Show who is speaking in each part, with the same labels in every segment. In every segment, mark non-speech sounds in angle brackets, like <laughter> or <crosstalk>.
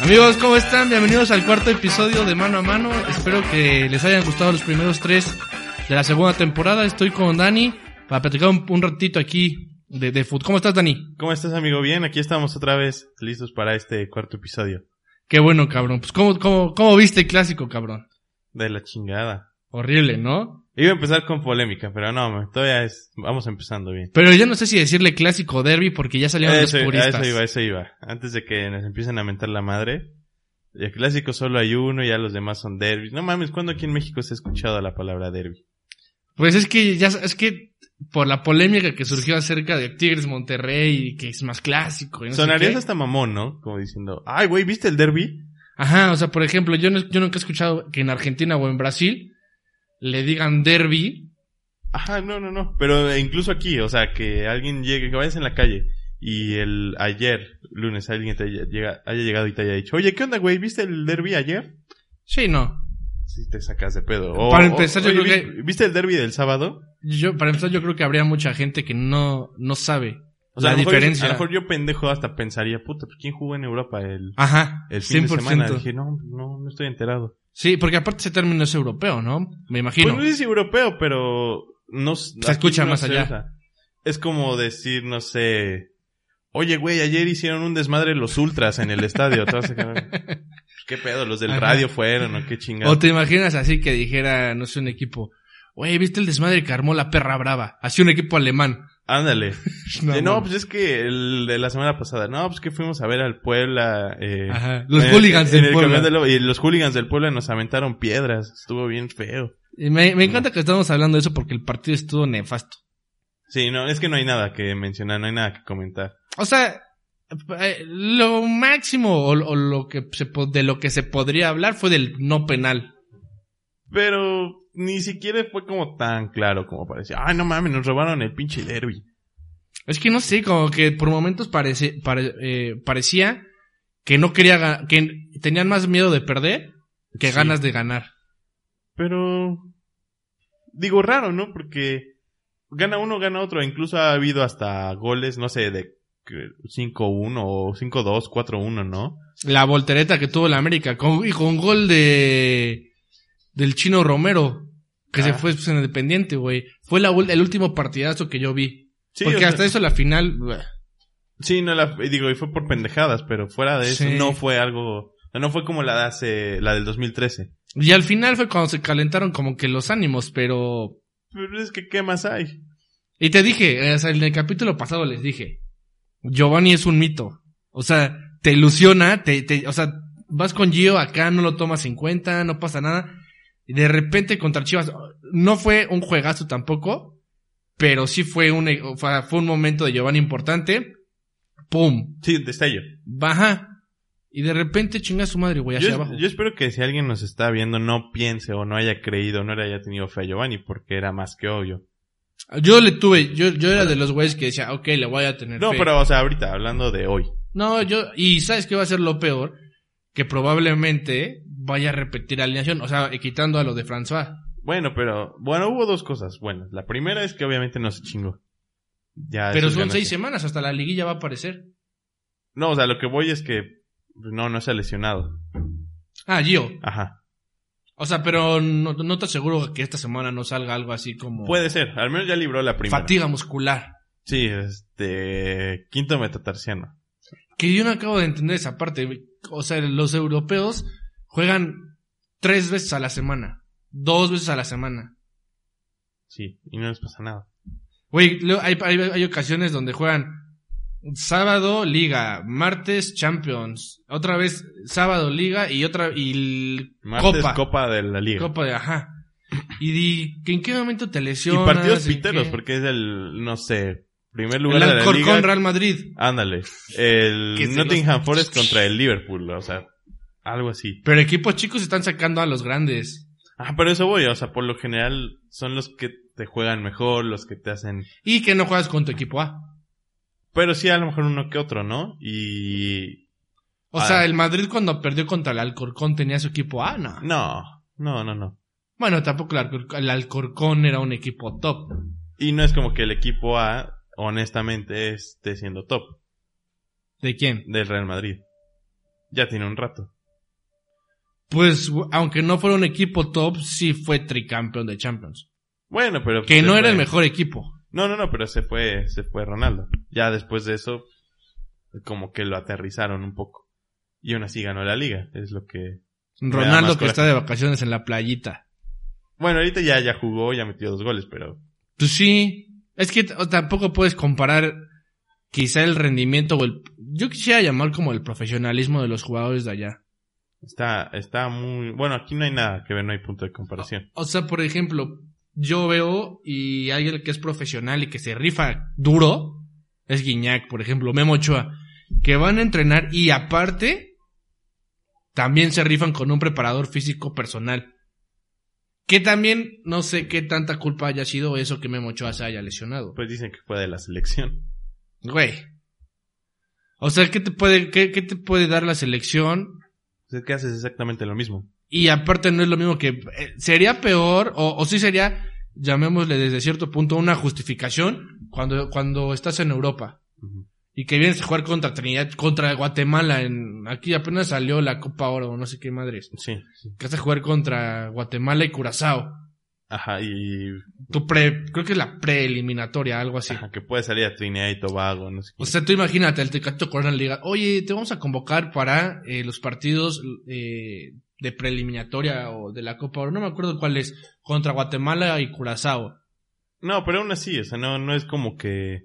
Speaker 1: Amigos, ¿cómo están? Bienvenidos al cuarto episodio de Mano a Mano. Espero que les hayan gustado los primeros tres de la segunda temporada. Estoy con Dani para platicar un, un ratito aquí de, de fútbol. ¿Cómo estás, Dani?
Speaker 2: ¿Cómo estás, amigo? Bien, aquí estamos otra vez listos para este cuarto episodio
Speaker 1: Qué bueno, cabrón. Pues, ¿cómo, cómo, cómo viste el clásico, cabrón?
Speaker 2: de la chingada.
Speaker 1: Horrible, ¿no?
Speaker 2: Iba a empezar con polémica, pero no, man, todavía es, vamos empezando bien.
Speaker 1: Pero yo no sé si decirle clásico o derby porque ya salieron
Speaker 2: A
Speaker 1: los
Speaker 2: eso, a
Speaker 1: puristas.
Speaker 2: eso iba, a eso iba. Antes de que nos empiecen a mentar la madre. El clásico solo hay uno, ya los demás son derbis. No mames, ¿cuándo aquí en México se ha escuchado la palabra derby?
Speaker 1: Pues es que ya es que por la polémica que surgió acerca de Tigres Monterrey y que es más clásico y no sé
Speaker 2: Sonarías
Speaker 1: qué.
Speaker 2: hasta mamón, ¿no? Como diciendo, ay, güey, ¿viste el derby?
Speaker 1: Ajá, o sea, por ejemplo, yo, no- yo nunca he escuchado que en Argentina o en Brasil le digan derby.
Speaker 2: Ajá, no, no, no. Pero eh, incluso aquí, o sea, que alguien llegue, que vayas en la calle y el ayer, lunes, alguien te haya, llega- haya llegado y te haya dicho, oye, ¿qué onda, güey? ¿Viste el derby ayer?
Speaker 1: Sí, no.
Speaker 2: Si te sacas de pedo. O,
Speaker 1: Para empezar,
Speaker 2: o,
Speaker 1: yo
Speaker 2: "Oye,
Speaker 1: creo
Speaker 2: ¿vi- ¿Viste el derby del sábado?
Speaker 1: Yo, para empezar, yo creo que habría mucha gente que no, no sabe
Speaker 2: O
Speaker 1: la
Speaker 2: sea, a lo mejor-
Speaker 1: diferencia.
Speaker 2: a lo mejor yo pendejo hasta pensaría, puta, pues ¿quién jugó en Europa el,
Speaker 1: Ajá,
Speaker 2: el fin de semana?
Speaker 1: 100%.
Speaker 2: Dije, no, no, no estoy enterado.
Speaker 1: Sí, porque aparte ese término es europeo, ¿no? Me imagino.
Speaker 2: Pues no es europeo, pero no se
Speaker 1: escucha más allá.
Speaker 2: es como decir, no sé, oye, güey, ayer hicieron un desmadre los ultras en el estadio. Te vas a
Speaker 1: <laughs>
Speaker 2: quedar, ¿Qué pedo? ¿Los del
Speaker 1: Ajá.
Speaker 2: radio fueron o qué chingada?
Speaker 1: O te imaginas así que dijera, no sé, un equipo, oye, ¿viste el desmadre que armó la perra brava? Así un equipo alemán. <laughs>
Speaker 2: Ándale.
Speaker 1: No,
Speaker 2: Eh, No,
Speaker 1: bueno.
Speaker 2: pues es que el de la semana pasada, no, pues que fuimos a ver al Puebla. eh,
Speaker 1: Ajá, los
Speaker 2: en-
Speaker 1: hooligans
Speaker 2: en
Speaker 1: del
Speaker 2: el
Speaker 1: Puebla.
Speaker 2: campeón lo- y los hooligans del Puebla nos aventaron piedras. Estuvo bien feo.
Speaker 1: Y Me, me encanta que estamos hablando de eso porque el partido estuvo nefasto.
Speaker 2: Sí, no, es que no hay nada que mencionar, no hay nada que comentar.
Speaker 1: O sea, eh, lo máximo o, o lo que se, po- de lo que se podría hablar fue del no penal.
Speaker 2: Pero ni siquiera fue como tan claro como parecía. Ay, no mames, nos robaron el pinche derby.
Speaker 1: Es que no sé, como que por momentos parece, pare- eh, parecía que no quería ga- que tenían más miedo de perder que
Speaker 2: Sí.
Speaker 1: ganas de ganar.
Speaker 2: Pero. Digo, raro, ¿no? Porque gana uno, gana otro. Incluso ha habido hasta goles, no sé, de que- 5-1 o 5-2, 4-1, ¿no?
Speaker 1: La voltereta que tuvo la América con, y con gol de del chino Romero que se
Speaker 2: Ah.
Speaker 1: fue pues, en Independiente, güey. Fue la, ul- el último partidazo que yo vi.
Speaker 2: Sí, o
Speaker 1: Porque
Speaker 2: sea,
Speaker 1: hasta eso la final. bleh.
Speaker 2: sí, no la, digo, y fue por pendejadas, pero fuera de eso
Speaker 1: Sí.
Speaker 2: no fue algo. No fue como la de hace, la del 2013.
Speaker 1: Y al final fue cuando se calentaron como que los ánimos, pero
Speaker 2: Pero es que, ¿qué más hay?
Speaker 1: Y te dije, eh, o sea, en el capítulo pasado les dije, Giovanni es un mito. O sea, te ilusiona, te, te- o sea, vas con Gio acá, no lo tomas en cuenta, no pasa nada. Y de repente contra Chivas, no fue un juegazo tampoco, pero sí fue un, o sea, fue un momento de Giovanni importante. ¡Pum!
Speaker 2: Sí, destello.
Speaker 1: Baja. Y de repente chinga su madre, güey, hacia
Speaker 2: Yo,
Speaker 1: abajo.
Speaker 2: yo espero que si alguien nos está viendo no piense o no haya creído, no le haya tenido fe a Giovanni, porque era más que obvio.
Speaker 1: Yo le tuve, yo, yo era de los güeyes que decía, ok, le voy a tener
Speaker 2: No,
Speaker 1: fe".
Speaker 2: pero, o sea, ahorita, hablando de hoy.
Speaker 1: No, yo, y sabes qué va a ser lo peor, que probablemente vaya a repetir alineación, o sea, quitando a lo de François.
Speaker 2: Bueno, pero, bueno, hubo dos cosas. Bueno, la primera es que obviamente no se chingó. Ya,
Speaker 1: Pero
Speaker 2: Ah, eso es
Speaker 1: son seis
Speaker 2: ganancia.
Speaker 1: semanas, hasta la liguilla va a aparecer.
Speaker 2: No, o sea, lo que voy es que no, no se ha lesionado.
Speaker 1: Ah, Gio.
Speaker 2: Ajá.
Speaker 1: O sea, pero no, no te aseguro que esta semana no salga algo así como
Speaker 2: Puede ser, al menos ya libró la primera.
Speaker 1: fatiga muscular.
Speaker 2: Sí, este, quinto metatarsiano.
Speaker 1: Que yo no acabo de entender esa parte. güey. O sea, los europeos juegan tres veces a la semana, dos veces a la semana.
Speaker 2: Sí, y no les pasa nada.
Speaker 1: Güey, luego hay, hay, hay ocasiones donde juegan sábado liga, martes champions, otra vez sábado liga y otra y el-
Speaker 2: Martes,
Speaker 1: copa,
Speaker 2: copa, de la liga.
Speaker 1: Copa de ajá. Y, di- que en qué momento te
Speaker 2: y
Speaker 1: lesionas
Speaker 2: partidos
Speaker 1: ¿En
Speaker 2: piteros,
Speaker 1: qué?
Speaker 2: porque es el, no sé, primer
Speaker 1: el
Speaker 2: lugar de la
Speaker 1: Alcorcón
Speaker 2: liga.
Speaker 1: Real Madrid.
Speaker 2: Ándale.
Speaker 1: <laughs> Que se
Speaker 2: El Nottingham
Speaker 1: los-
Speaker 2: Forest contra el Liverpool, o sea, algo así.
Speaker 1: Pero equipos chicos están sacando a los grandes.
Speaker 2: Ah, pero eso voy, o sea, por lo general son los que te juegan mejor, los que te hacen...
Speaker 1: Y que no juegas con tu equipo A.
Speaker 2: Pero sí, a lo mejor uno que otro, ¿no? Y...
Speaker 1: O
Speaker 2: Ah.
Speaker 1: sea, el Madrid cuando perdió contra el Alcorcón tenía su equipo A, no.
Speaker 2: No, no, no, no.
Speaker 1: Bueno, tampoco el, Alcor- el Alcorcón era un equipo top.
Speaker 2: Y no es como que el equipo A, honestamente, esté siendo top
Speaker 1: ¿De quién?
Speaker 2: del Real Madrid. Ya tiene un rato.
Speaker 1: Pues, gu- aunque no fuera un equipo top, sí fue tricampeón de Champions.
Speaker 2: Bueno, pero...
Speaker 1: Que
Speaker 2: se
Speaker 1: no era el
Speaker 2: fue.
Speaker 1: mejor equipo.
Speaker 2: No, no, no, pero se fue, se fue Ronaldo. Ya después de eso, como que lo aterrizaron un poco. Y aún así ganó la liga, es lo que... da más
Speaker 1: Ronaldo que
Speaker 2: coraje.
Speaker 1: está de vacaciones en la playita.
Speaker 2: Bueno, ahorita ya, ya jugó, ya metió dos goles, pero...
Speaker 1: Pues sí. Es que t- o tampoco puedes comparar quizá el rendimiento o el... Yo quisiera llamar como el profesionalismo de los jugadores de allá.
Speaker 2: Está, está muy... Bueno, aquí no hay nada que ver, no hay punto de comparación.
Speaker 1: O sea, por ejemplo, yo veo y alguien que es profesional y que se rifa duro es Guiñac, por ejemplo, Memo Ochoa, que van a entrenar y aparte también se rifan con un preparador físico personal. Que también no sé qué tanta culpa haya sido eso que Memo Ochoa se haya lesionado.
Speaker 2: Pues dicen que fue de la selección.
Speaker 1: Güey. O sea, ¿qué te puede, qué, qué te puede dar la selección
Speaker 2: O sea, Pues que haces exactamente lo mismo.
Speaker 1: Y aparte no es lo mismo que... eh, sería peor, o, o sí sería, llamémosle desde cierto punto, una justificación cuando, cuando estás en Europa
Speaker 2: Ujú.
Speaker 1: y que vienes a jugar contra Trinidad, contra Guatemala. En, aquí apenas salió la Copa Oro, no sé qué madres.
Speaker 2: Sí, sí.
Speaker 1: Que vas a jugar contra Guatemala y Curazao.
Speaker 2: Ajá, y...
Speaker 1: Tu pre... Creo que es la preeliminatoria, algo así.
Speaker 2: Ajá, que puede salir a Trinidad y Tobago, no sé qué.
Speaker 1: O sea, tú imagínate, el Tecatito Corona le diga, oye, te vamos a convocar para eh, los partidos eh, de preliminatoria o de la Copa Oro, no me acuerdo cuál es, contra Guatemala y Curazao.
Speaker 2: No, pero aún así, o sea, no, no es como que...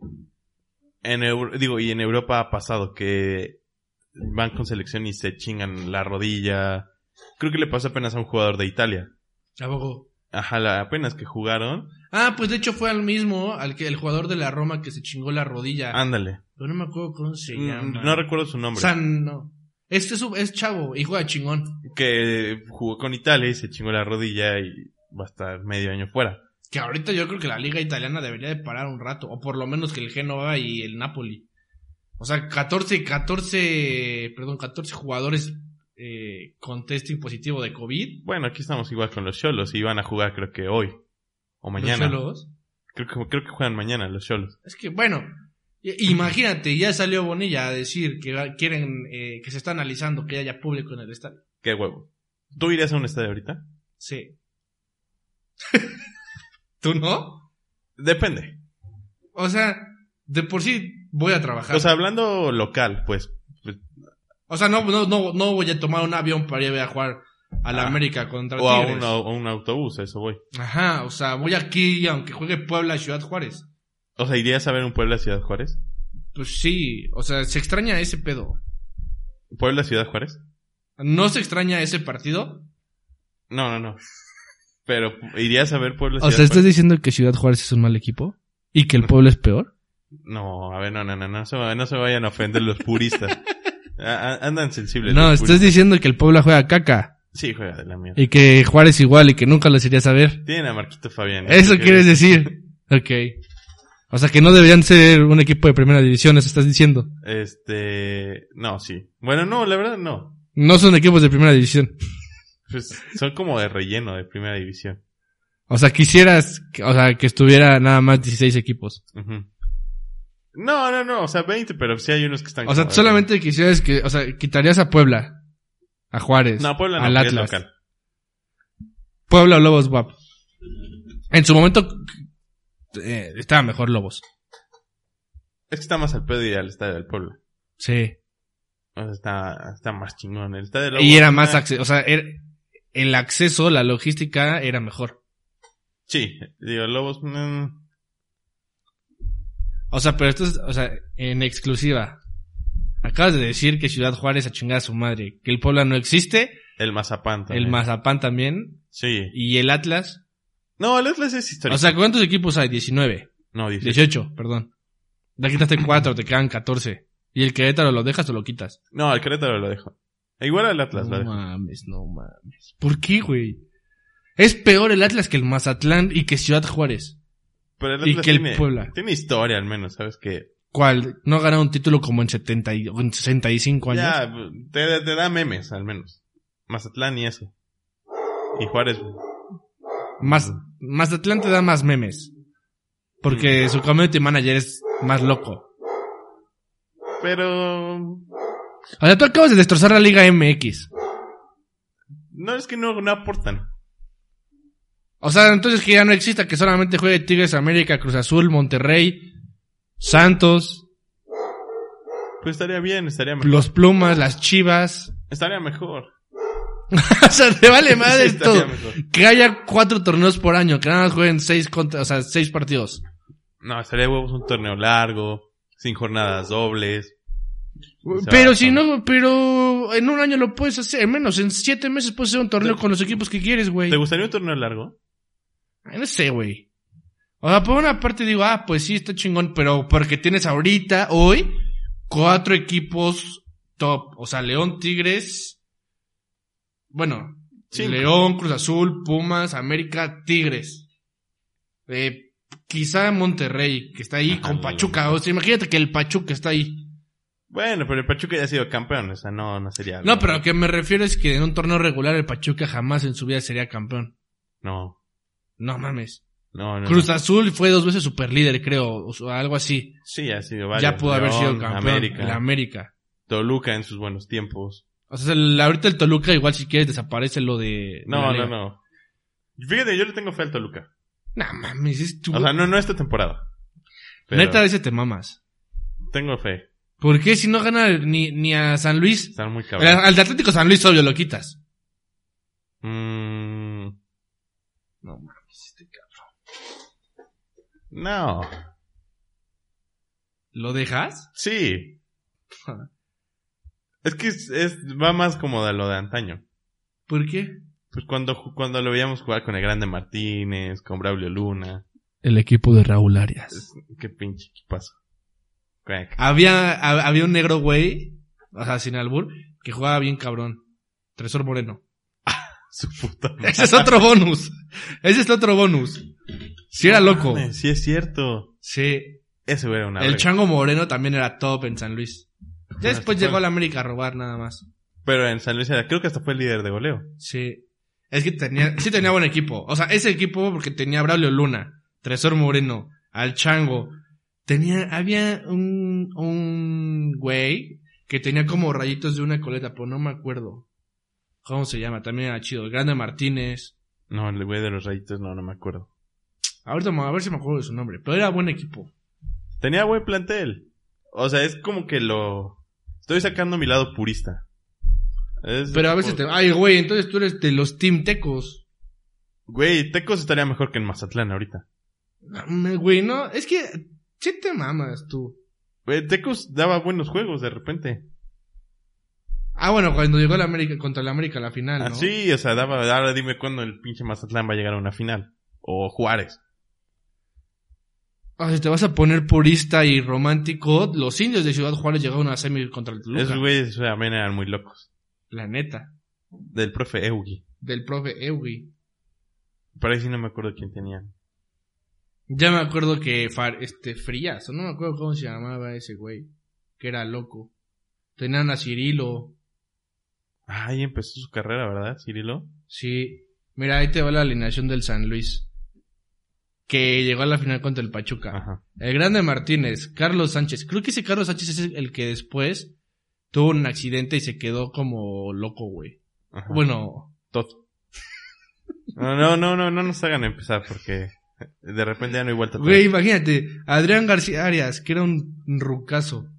Speaker 2: En Euro- digo, y en Europa ha pasado que van con selección y se chingan la rodilla. Creo que le pasó apenas a un jugador de Italia.
Speaker 1: ¿A poco?
Speaker 2: Ajá, la- apenas que jugaron.
Speaker 1: Ah, pues de hecho fue al mismo, al que el jugador de la Roma que se chingó la rodilla.
Speaker 2: Ándale.
Speaker 1: Pero no me acuerdo cómo se llama.
Speaker 2: Ah. Mm, No recuerdo su nombre.
Speaker 1: San, no. Este es, un- es chavo y juega chingón.
Speaker 2: Que jugó con Italia y se chingó la rodilla y va a estar medio año fuera.
Speaker 1: Que ahorita yo creo que la liga italiana debería de parar un rato, o por lo menos que el Génova y el Napoli. O sea, 14, 14, perdón, 14 jugadores eh, con testing positivo de COVID.
Speaker 2: Bueno, aquí estamos igual con los Cholos y van a jugar creo que hoy. O mañana.
Speaker 1: Los Cholos.
Speaker 2: Creo, que, creo que juegan mañana los Cholos.
Speaker 1: Es que, bueno, i- imagínate, ya salió Bonilla a decir que va- quieren, eh, que se está analizando que haya público en el estadio.
Speaker 2: Qué huevo. ¿Tú irías a un estadio ahorita?
Speaker 1: Sí. <laughs> ¿Tú no?
Speaker 2: Depende.
Speaker 1: O sea, de por sí voy a trabajar.
Speaker 2: O sea, hablando local, pues.
Speaker 1: O sea, no, no, no, no voy a tomar un avión para ir a jugar a la
Speaker 2: Ah.
Speaker 1: América contra
Speaker 2: O a
Speaker 1: Tigres.
Speaker 2: un, a un autobús, a eso voy.
Speaker 1: Ajá, o sea, voy aquí aunque juegue Puebla Ciudad Juárez.
Speaker 2: O sea, ¿irías a ver un Puebla Ciudad Juárez?
Speaker 1: Pues sí, o sea, se extraña ese pedo.
Speaker 2: ¿Puebla Ciudad Juárez?
Speaker 1: No se extraña ese partido.
Speaker 2: No, no, no. Pero ¿irías a ver Puebla Ciudad Juárez?
Speaker 1: diciendo que Ciudad Juárez es un mal equipo y que el pueblo es peor.
Speaker 2: No, a ver, no, no, no, no se, va- no se vayan a ofender
Speaker 1: <laughs>
Speaker 2: los puristas. A- a- andan sensibles. los puristas.
Speaker 1: diciendo que el pueblo juega caca
Speaker 2: Sí, juega de la mierda.
Speaker 1: y que Juárez igual y que nunca lo iría a saber.
Speaker 2: Tienen a Marquito Fabián. ¿eh?
Speaker 1: Eso
Speaker 2: ¿Qué
Speaker 1: quieres decir. Ok. O sea que no deberían ser un equipo de primera división, eso estás diciendo.
Speaker 2: Este. No, sí. Bueno, no, la verdad no.
Speaker 1: No son equipos de primera división.
Speaker 2: Pues son como de relleno de primera división.
Speaker 1: O sea, quisieras, que- o sea, que estuviera nada más 16 equipos.
Speaker 2: Ujú. No, no, no, o sea, 20, pero sí hay unos que están.
Speaker 1: O sea,
Speaker 2: como
Speaker 1: tú
Speaker 2: de-
Speaker 1: solamente quisieras que, o sea, quitarías a Puebla, a Juárez,
Speaker 2: No, Puebla no,
Speaker 1: al
Speaker 2: porque es
Speaker 1: Atlas,
Speaker 2: local.
Speaker 1: Puebla o Lobos WAP. En su momento eh, estaba mejor Lobos.
Speaker 2: Es que está más al pedo y al estadio del pueblo.
Speaker 1: Sí.
Speaker 2: O sea, está, está más chingón. El estadio eh, del
Speaker 1: Y
Speaker 2: Lobo
Speaker 1: era
Speaker 2: es
Speaker 1: más,
Speaker 2: una-
Speaker 1: acce- o sea, era- el acceso, la logística era mejor.
Speaker 2: Sí, digo, Lobos. mm,
Speaker 1: O sea, pero esto es, o sea, en exclusiva. Acabas de decir que Ciudad Juárez a chingar a su madre, que el Puebla no existe,
Speaker 2: el Mazapán también.
Speaker 1: el Mazapán también,
Speaker 2: Sí.
Speaker 1: y el Atlas.
Speaker 2: No, el Atlas es histórico.
Speaker 1: O sea, ¿cuántos equipos hay? 19.
Speaker 2: no, 18.
Speaker 1: 18, perdón. Ya quitaste 4, te quedan 14. ¿Y el Querétaro lo dejas o lo quitas?
Speaker 2: No, al Querétaro lo dejo. E Igual al Atlas lo
Speaker 1: no
Speaker 2: dejo.
Speaker 1: mames, no mames. ¿Por qué, güey? Es peor el Atlas que el Mazatlán y que Ciudad Juárez.
Speaker 2: Pero el
Speaker 1: Y
Speaker 2: Atlas
Speaker 1: que el
Speaker 2: tiene,
Speaker 1: Puebla.
Speaker 2: tiene historia al menos, ¿sabes? Que
Speaker 1: ¿Cuál? ¿No ha ganado un título como en, 70 y, en 65 años?
Speaker 2: ya te, te da memes al menos. Mazatlán y eso. Y Juárez.
Speaker 1: Más, Mazatlán te da más memes. Porque su community manager es más loco.
Speaker 2: Pero...
Speaker 1: O sea, tú acabas de destrozar la Liga MX.
Speaker 2: No, es que no, no aportan.
Speaker 1: O sea, entonces que ya no exista que solamente juegue Tigres América, Cruz Azul, Monterrey, Santos,
Speaker 2: Pues estaría bien, estaría mejor.
Speaker 1: los Plumas, las Chivas. <laughs>
Speaker 2: Estaría mejor.
Speaker 1: o sea, te vale madre
Speaker 2: <laughs> Sí, estaría
Speaker 1: todo.
Speaker 2: mejor.
Speaker 1: Que haya cuatro torneos por año, que nada más jueguen seis contra, o sea, seis partidos.
Speaker 2: No, estaría de huevos un torneo largo, sin jornadas dobles. O sea,
Speaker 1: Pero si
Speaker 2: son-
Speaker 1: no, pero en un año lo puedes hacer, en menos, en siete meses puedes hacer un torneo
Speaker 2: Te-
Speaker 1: con los equipos que quieres, güey.
Speaker 2: ¿Te gustaría un torneo largo?
Speaker 1: Ay, No sé, güey. O sea, por una parte digo, ah, pues sí, está chingón, pero porque tienes ahorita, hoy, cuatro equipos top. O sea, León, Tigres, bueno,
Speaker 2: Cinco.
Speaker 1: León, Cruz Azul, Pumas, América, Tigres. Eh, quizá Monterrey, que está ahí
Speaker 2: Ajá,
Speaker 1: con
Speaker 2: lo-
Speaker 1: Pachuca. O sea, imagínate que el Pachuca está ahí.
Speaker 2: Bueno, pero el Pachuca ya ha sido campeón, o sea, no, no sería. algo-
Speaker 1: No, pero lo que me refiero es que en un torneo regular el Pachuca jamás en su vida sería campeón.
Speaker 2: No,
Speaker 1: No mames.
Speaker 2: no, no.
Speaker 1: Cruz Azul fue dos veces superlíder, creo, o sea, algo así.
Speaker 2: Sí, ha sido varios.
Speaker 1: ya pudo haber
Speaker 2: León,
Speaker 1: sido campeón.
Speaker 2: América,
Speaker 1: La América.
Speaker 2: Toluca en sus buenos tiempos.
Speaker 1: O sea, el- ahorita el Toluca igual si quieres desaparece lo de...
Speaker 2: No, no, no. Fíjate, yo le tengo fe al Toluca.
Speaker 1: No mames, es tu...
Speaker 2: O sea, no, no esta temporada. Pero
Speaker 1: Neta, a veces te mamas.
Speaker 2: tengo fe.
Speaker 1: ¿Por qué si no gana ni, ni a San Luis?
Speaker 2: Están muy
Speaker 1: Al,
Speaker 2: cabrones.
Speaker 1: al de Atlético San Luis obvio lo quitas.
Speaker 2: Mm,
Speaker 1: No mames, este cabrón.
Speaker 2: no.
Speaker 1: ¿Lo dejas?
Speaker 2: Sí.
Speaker 1: <laughs>
Speaker 2: Es que es, es- va más como de lo de antaño.
Speaker 1: ¿Por qué?
Speaker 2: Pues cuando, ju- cuando lo veíamos jugar con el Grande Martínez, con Braulio Luna.
Speaker 1: El equipo de Raúl Arias.
Speaker 2: Es- qué pinche equipazo. Crack.
Speaker 1: Había, ha- había un negro güey, o sea, sin albur, que jugaba bien cabrón. Tresor Moreno.
Speaker 2: <laughs>
Speaker 1: <laughs>
Speaker 2: Su puta madre.
Speaker 1: Ese es otro bonus. Ese es otro bonus. Sí era loco.
Speaker 2: Mames, Sí, es cierto.
Speaker 1: Sí.
Speaker 2: Ese era una.
Speaker 1: El
Speaker 2: verga.
Speaker 1: Chango Moreno también era top en San Luis. Ya
Speaker 2: Bueno,
Speaker 1: después
Speaker 2: se
Speaker 1: llegó
Speaker 2: fue.
Speaker 1: a la América a robar nada más.
Speaker 2: Pero en San Luis era, creo que hasta fue el líder de goleo.
Speaker 1: Sí. Es que tenía, sí tenía buen equipo. O sea, ese equipo porque tenía a Braulio Luna, Tresor Moreno, al Chango. Tenía, había un, un güey que tenía como rayitos de una coleta, pero no me acuerdo. ¿Cómo se llama? También era chido. El Grande Martínez.
Speaker 2: No, el güey de los rayitos, no, no me acuerdo.
Speaker 1: Ahorita me- a ver si me acuerdo de su nombre, pero era buen equipo.
Speaker 2: Tenía buen plantel. O sea, es como que lo. Estoy sacando mi lado purista. Es-
Speaker 1: Pero a veces te... Ay, güey, entonces tú eres de los Team Tecos.
Speaker 2: Güey, Tecos estaría mejor que en Mazatlán ahorita.
Speaker 1: No, me- Güey, no, es que... Sí te mamas tú.
Speaker 2: Güey, Tecos daba buenos juegos de repente.
Speaker 1: Ah, bueno, cuando llegó la América contra la América a la final, ¿no?
Speaker 2: Así, o sea, daba. Ahora dime cuándo el pinche Mazatlán va a llegar a una final. O Juárez.
Speaker 1: O sea, si te vas a poner purista y romántico, los indios de Ciudad Juárez llegaron a semi contra el Toluca.
Speaker 2: Esos güeyes también eran muy locos.
Speaker 1: La neta.
Speaker 2: Del profe Eugi.
Speaker 1: Del profe eh, Ewi.
Speaker 2: Pero ahí sí no me acuerdo quién tenían.
Speaker 1: Ya me acuerdo que Far- este, Frías, o no me acuerdo cómo se llamaba ese güey, que era loco. Tenían a Cirilo,
Speaker 2: Ah, Ahí empezó su carrera, ¿verdad, Cirilo?
Speaker 1: Sí. Mira, ahí te va la alineación del San Luis. Que llegó a la final contra el Pachuca.
Speaker 2: Ajá.
Speaker 1: El Grande Martínez, Carlos Sánchez. Creo que ese Carlos Sánchez es el que después tuvo un accidente y se quedó como loco, güey.
Speaker 2: ajá.
Speaker 1: Bueno,
Speaker 2: Todo. No, no, no, no, no nos hagan empezar porque de repente ya no hay vuelta. atrás. <laughs>
Speaker 1: güey, imagínate. Adrián García Arias, que era un rucazo.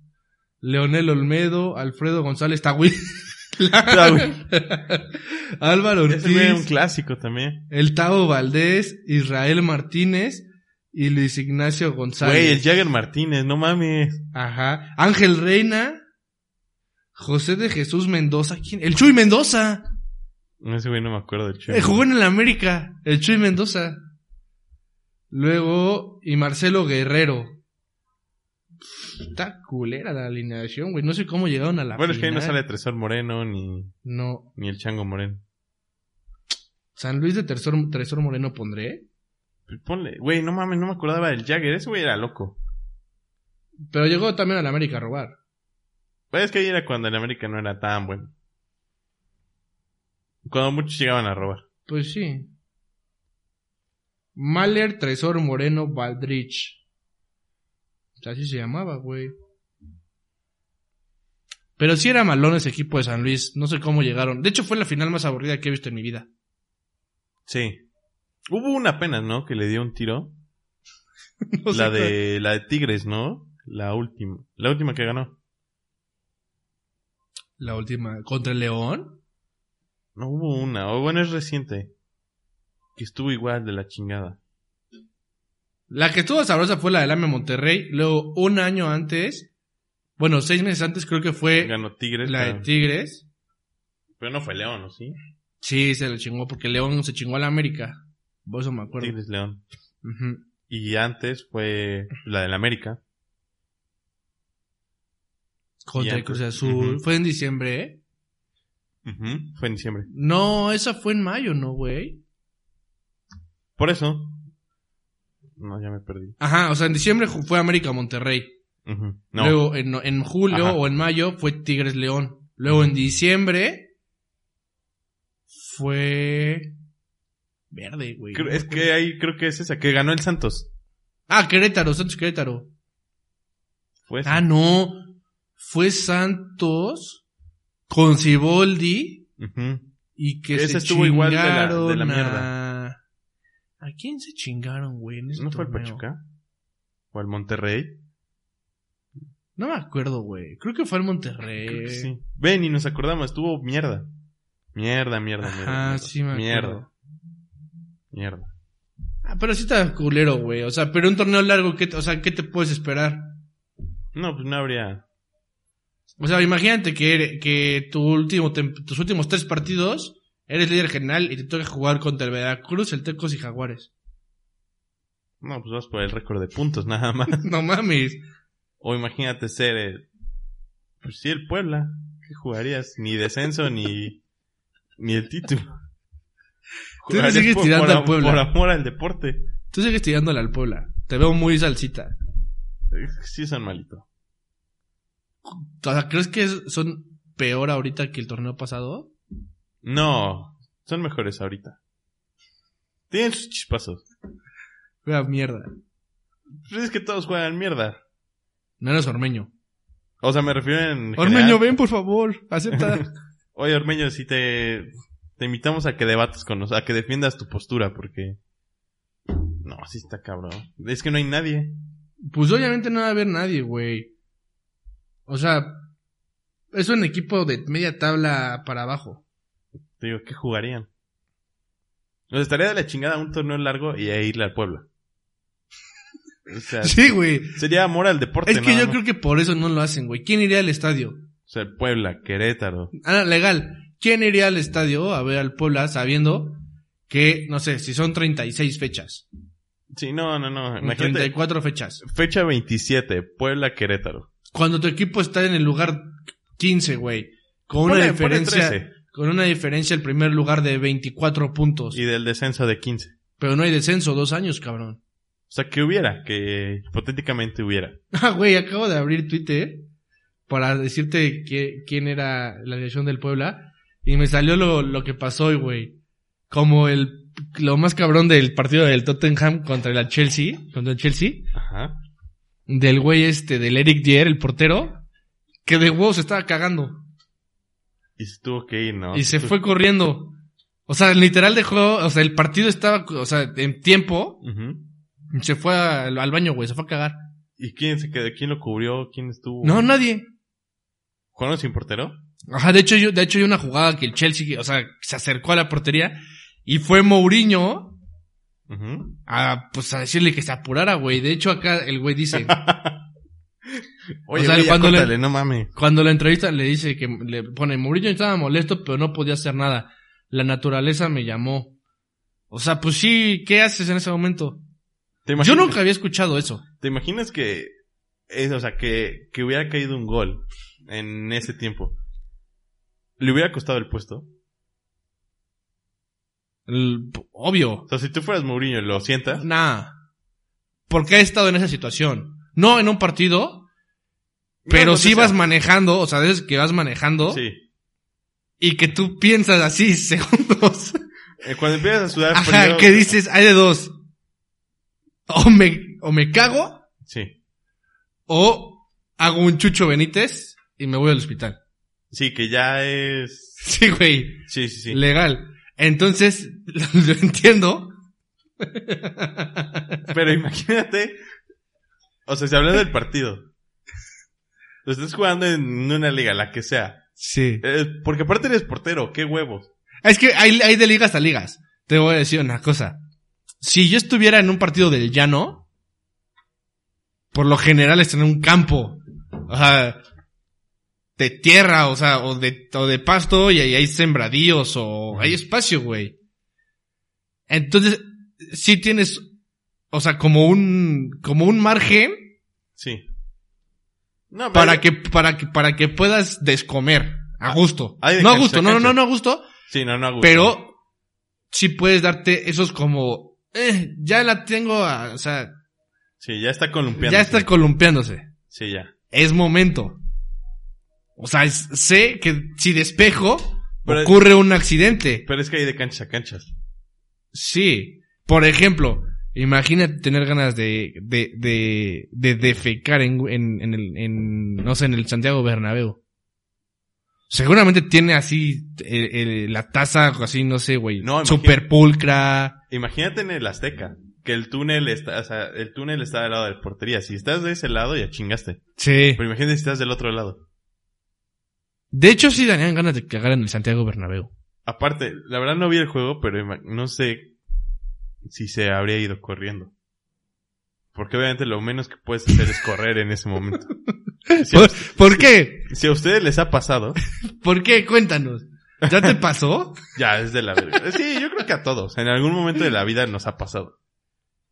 Speaker 1: Leonel Olmedo, Alfredo González, Tawil. <laughs>
Speaker 2: Tahuil.
Speaker 1: Álvaro
Speaker 2: Ah, Ese güey era un
Speaker 1: Ortiz.
Speaker 2: clásico también.
Speaker 1: El Tavo Valdés, Israel Martínez y Luis Ignacio González.
Speaker 2: Güey, el Jagger Martínez, no mames.
Speaker 1: Ajá. Ángel Reina, José de Jesús Mendoza, ¿quién? El Chuy Mendoza.
Speaker 2: No, Ese güey no me acuerdo del chico.
Speaker 1: Eh, jugó en el América, el Chuy Mendoza. Luego, y Marcelo Guerrero. Está culera la alineación, güey. No sé cómo llegaron a la
Speaker 2: Bueno, es que ahí no
Speaker 1: final.
Speaker 2: sale Tresor Moreno ni,
Speaker 1: No.
Speaker 2: ni el Chango Moreno.
Speaker 1: San Luis de Tresor, Tresor Moreno pondré.
Speaker 2: Ponle, güey, no mames, no me acordaba del Jagger. Ese güey era loco.
Speaker 1: Pero llegó también al América a robar.
Speaker 2: Güey, Pues es que ahí era cuando el América no era tan bueno. Cuando muchos llegaban a robar.
Speaker 1: Pues sí. Mahler Tresor Moreno Valdrich. Así se llamaba, güey. Pero sí era malón ese equipo de San Luis. No sé cómo llegaron. De hecho, fue la final más aburrida que he visto en mi vida. <laughs>
Speaker 2: Sí. Hubo una apenas, ¿no? Que le dio un tiro.
Speaker 1: No sé
Speaker 2: la
Speaker 1: cuál.
Speaker 2: de la de Tigres, ¿no? La última, la última que ganó.
Speaker 1: La última. ¿Contra el León?
Speaker 2: No hubo una, o bueno, es reciente. Que estuvo igual de la chingada.
Speaker 1: La que estuvo sabrosa fue la del AME Monterrey. Luego, un año antes. Bueno, seis meses antes creo que fue
Speaker 2: Ganó Tigres,
Speaker 1: Eh, la de
Speaker 2: pero,
Speaker 1: Tigres.
Speaker 2: pero no fue León, ¿o sí?
Speaker 1: Sí, se lo chingó porque León se chingó a la América. Por eso me acuerdo.
Speaker 2: Tigres León.
Speaker 1: Ujú.
Speaker 2: Y antes fue la del América.
Speaker 1: Contra
Speaker 2: Y
Speaker 1: el Cruz
Speaker 2: antes-
Speaker 1: Azul.
Speaker 2: Ujú.
Speaker 1: Fue en diciembre, ¿eh?
Speaker 2: Ujú, Fue en diciembre.
Speaker 1: No, esa fue en mayo, ¿no, güey?
Speaker 2: Por eso. No, ya me perdí.
Speaker 1: Ajá, o sea, en diciembre ju- fue América Monterrey.
Speaker 2: Ujú, No.
Speaker 1: Luego en, en julio
Speaker 2: Ajá.
Speaker 1: o en mayo fue Tigres León. Luego en diciembre fue verde, güey.
Speaker 2: Creo- es que ahí creo que es esa, que ganó el Santos.
Speaker 1: Ah, Querétaro, Santos Querétaro.
Speaker 2: Fue esa.
Speaker 1: Ah, no. Fue Santos con Ciboldi
Speaker 2: Ujú.
Speaker 1: y que
Speaker 2: Ese
Speaker 1: se
Speaker 2: estuvo igual de la- de la
Speaker 1: chingaron
Speaker 2: mierda.
Speaker 1: A... ¿A quién se chingaron, güey? en ese
Speaker 2: ¿No fue el
Speaker 1: torneo?
Speaker 2: Pachuca? ¿O el Monterrey?
Speaker 1: No me acuerdo, güey. Creo que fue al Monterrey.
Speaker 2: Creo que sí. Ven y nos acordamos, estuvo mierda. Mierda, mierda, mierda.
Speaker 1: Ajá,
Speaker 2: mierda.
Speaker 1: sí me acuerdo.
Speaker 2: Ah, Mierda, mierda.
Speaker 1: Ah, pero sí está culero, güey. O sea, pero un torneo largo, ¿qué te- o sea, ¿qué te puedes esperar?
Speaker 2: No, pues no habría.
Speaker 1: O sea, imagínate que, ere- que tu último tem- tus últimos tres partidos eres líder general y te toca jugar contra el Veracruz, el Tecos y Jaguares. <laughs>
Speaker 2: No, pues vas por el récord de puntos <laughs> nada más.
Speaker 1: no mames.
Speaker 2: o imagínate ser el. Pues sí, el Puebla. ¿Qué jugarías? Ni descenso ni. ni el título.
Speaker 1: Tú le
Speaker 2: Jugarías
Speaker 1: sigues tirando
Speaker 2: por,
Speaker 1: al Puebla.
Speaker 2: Por amor al deporte.
Speaker 1: Tú sigues tirándole al Puebla. Te veo muy salsita.
Speaker 2: Sí, son malito.
Speaker 1: O sea, ¿crees que es- son peor ahorita que el torneo pasado?
Speaker 2: No, son mejores ahorita. Tienen sus chispazos.
Speaker 1: Fue mierda.
Speaker 2: Pues es que todos juegan mierda.
Speaker 1: No eres Ormeño.
Speaker 2: O sea, me refiero en.
Speaker 1: Ormeño,
Speaker 2: general.
Speaker 1: ven, por favor.
Speaker 2: <laughs>
Speaker 1: Acepta.
Speaker 2: Oye, Ormeño, si te, te invitamos a que debatas con nosotros, a que defiendas tu postura, porque. No, así está cabrón. Es que no hay nadie.
Speaker 1: Pues obviamente no va a haber nadie, güey. O sea, es un equipo de media tabla para abajo.
Speaker 2: Te digo, ¿qué jugarían? Nos estaría de la chingada un torneo largo y a irle al Puebla. O
Speaker 1: <laughs>
Speaker 2: sea,
Speaker 1: Sí, güey.
Speaker 2: sería amor al deporte.
Speaker 1: Es que
Speaker 2: nada
Speaker 1: yo
Speaker 2: más.
Speaker 1: creo que por eso no lo hacen, güey. ¿Quién iría al estadio?
Speaker 2: O sea, Puebla, Querétaro.
Speaker 1: Ah, legal. ¿Quién iría al estadio a ver al Puebla sabiendo que, no sé, si son 36 fechas,
Speaker 2: Sí, no, no, no.
Speaker 1: o
Speaker 2: Imagínate.
Speaker 1: 34 fechas,
Speaker 2: Fecha 27, Puebla, Querétaro.
Speaker 1: cuando tu equipo está en el lugar 15, güey, con una
Speaker 2: Ponle- ponle
Speaker 1: diferencia,
Speaker 2: 13.
Speaker 1: con una diferencia el primer lugar de 24 puntos,
Speaker 2: Y del descenso de 15.
Speaker 1: pero no hay descenso, dos años, cabrón.
Speaker 2: O sea, que hubiera, que hipotéticamente hubiera.
Speaker 1: <laughs> Ah, güey, acabo de abrir Twitter para decirte que- quién era la dirección del Puebla y me salió lo, lo que pasó hoy, güey. Como el lo más cabrón del partido del Tottenham contra la Chelsea, contra el Chelsea,
Speaker 2: Ajá.
Speaker 1: del güey este, del Eric Dier, el portero, que de huevos estaba cagando
Speaker 2: Y se tuvo que ir, ¿no?
Speaker 1: y se fue corriendo. O sea, literal dejó, o sea, el partido estaba, o sea, en tiempo,
Speaker 2: Ujú.
Speaker 1: se fue al, al baño, güey, se fue a cagar.
Speaker 2: ¿Y quién se quedó? ¿Quién lo cubrió? ¿Quién estuvo?
Speaker 1: No, nadie.
Speaker 2: ¿Jugaron sin portero?
Speaker 1: Ajá, de hecho, yo, de hecho hay una jugada que el Chelsea, o sea, se acercó a la portería y fue Mourinho
Speaker 2: Ujú.
Speaker 1: a, pues, a decirle que se apurara, güey. De hecho, acá el güey
Speaker 2: <laughs>
Speaker 1: dice,
Speaker 2: Oye,
Speaker 1: sea,
Speaker 2: güey, ya
Speaker 1: cuando le-
Speaker 2: córtale, no mames.
Speaker 1: cuando la entrevista le dice que le pone, Mourinho estaba molesto, pero no podía hacer nada. La naturaleza me llamó. O sea, pues sí, ¿qué haces en ese momento?
Speaker 2: ¿Te
Speaker 1: Yo
Speaker 2: imaginas,
Speaker 1: nunca había escuchado eso.
Speaker 2: ¿Te imaginas que... es- o sea, que, que hubiera caído un gol en ese tiempo? ¿Le hubiera costado el puesto?
Speaker 1: El- obvio.
Speaker 2: O sea, si tú fueras Mourinho, ¿lo sientas?
Speaker 1: Nah. ¿Por qué he estado en esa situación? No en un partido, pero
Speaker 2: No, no
Speaker 1: sí
Speaker 2: sé,
Speaker 1: vas
Speaker 2: pues, sea-
Speaker 1: manejando, o sea, de esas que vas manejando.
Speaker 2: Sí.
Speaker 1: y que tú piensas así <laughs> segundos.
Speaker 2: Eh, cuando empiezas a sudar
Speaker 1: Ajá,
Speaker 2: frío-
Speaker 1: que dices, hay de dos. O me, o me cago,
Speaker 2: Sí.
Speaker 1: o hago un chucho Benítez y me voy al hospital. <laughs>
Speaker 2: Sí, que ya es.
Speaker 1: Sí, güey.
Speaker 2: Sí, sí, sí.
Speaker 1: Legal. Entonces, <laughs> lo entiendo.
Speaker 2: Pero imagínate. O sea, se habla del partido. Lo estás jugando en una liga, la que sea.
Speaker 1: Sí.
Speaker 2: Eh, porque aparte eres portero, qué huevos.
Speaker 1: Es que hay, hay de ligas a ligas. Te voy a decir una cosa. Si yo estuviera en un partido del llano, por lo general está en un campo. O sea, de tierra, o sea, o de, o de pasto y ahí hay sembradíos o hay espacio, güey. Entonces, sí tienes, o sea, como un, como un margen
Speaker 2: Sí. No, pero-
Speaker 1: para que, para que, para que puedas descomer a gusto.
Speaker 2: hay de
Speaker 1: no a
Speaker 2: cancha,
Speaker 1: gusto, no, no,
Speaker 2: cancha.
Speaker 1: no, no a gusto,
Speaker 2: Sí, no, no. Augusto.
Speaker 1: Pero sí puedes darte esos como, eh, ya la tengo, a- o sea,
Speaker 2: Sí, ya está columpiando.
Speaker 1: ya está columpiándose.
Speaker 2: Sí, ya.
Speaker 1: Es momento. O sea, es- sé que si despejo,
Speaker 2: Pero-
Speaker 1: ocurre un accidente.
Speaker 2: Pero es que hay de canchas a canchas.
Speaker 1: Sí. Por ejemplo, imagínate tener ganas de, de, de, de defecar en, en, en el, en, no sé, en el Santiago Bernabéu. Seguramente tiene así el- el- la taza, así, no sé, güey.
Speaker 2: No, imagínate.
Speaker 1: super pulcra.
Speaker 2: Imagínate en el Azteca. Que el túnel está, o sea, el túnel está al lado de la portería. Si estás de ese lado, ya chingaste.
Speaker 1: Sí.
Speaker 2: Pero imagínate si estás del otro lado.
Speaker 1: De hecho, sí darían ganas de cagar en el Santiago Bernabéu.
Speaker 2: Aparte, la verdad no vi el juego, pero ima- no sé si se habría ido corriendo. Porque obviamente lo menos que puedes hacer es correr en
Speaker 1: <laughs>
Speaker 2: ese momento. Si a,
Speaker 1: ¿Por, por qué?
Speaker 2: si a ustedes les ha pasado,
Speaker 1: ¿Por qué? Cuéntanos. ¿Ya
Speaker 2: <laughs>
Speaker 1: te pasó?
Speaker 2: ya es de la verga. Sí, yo creo que a todos. En algún momento de la vida nos ha pasado.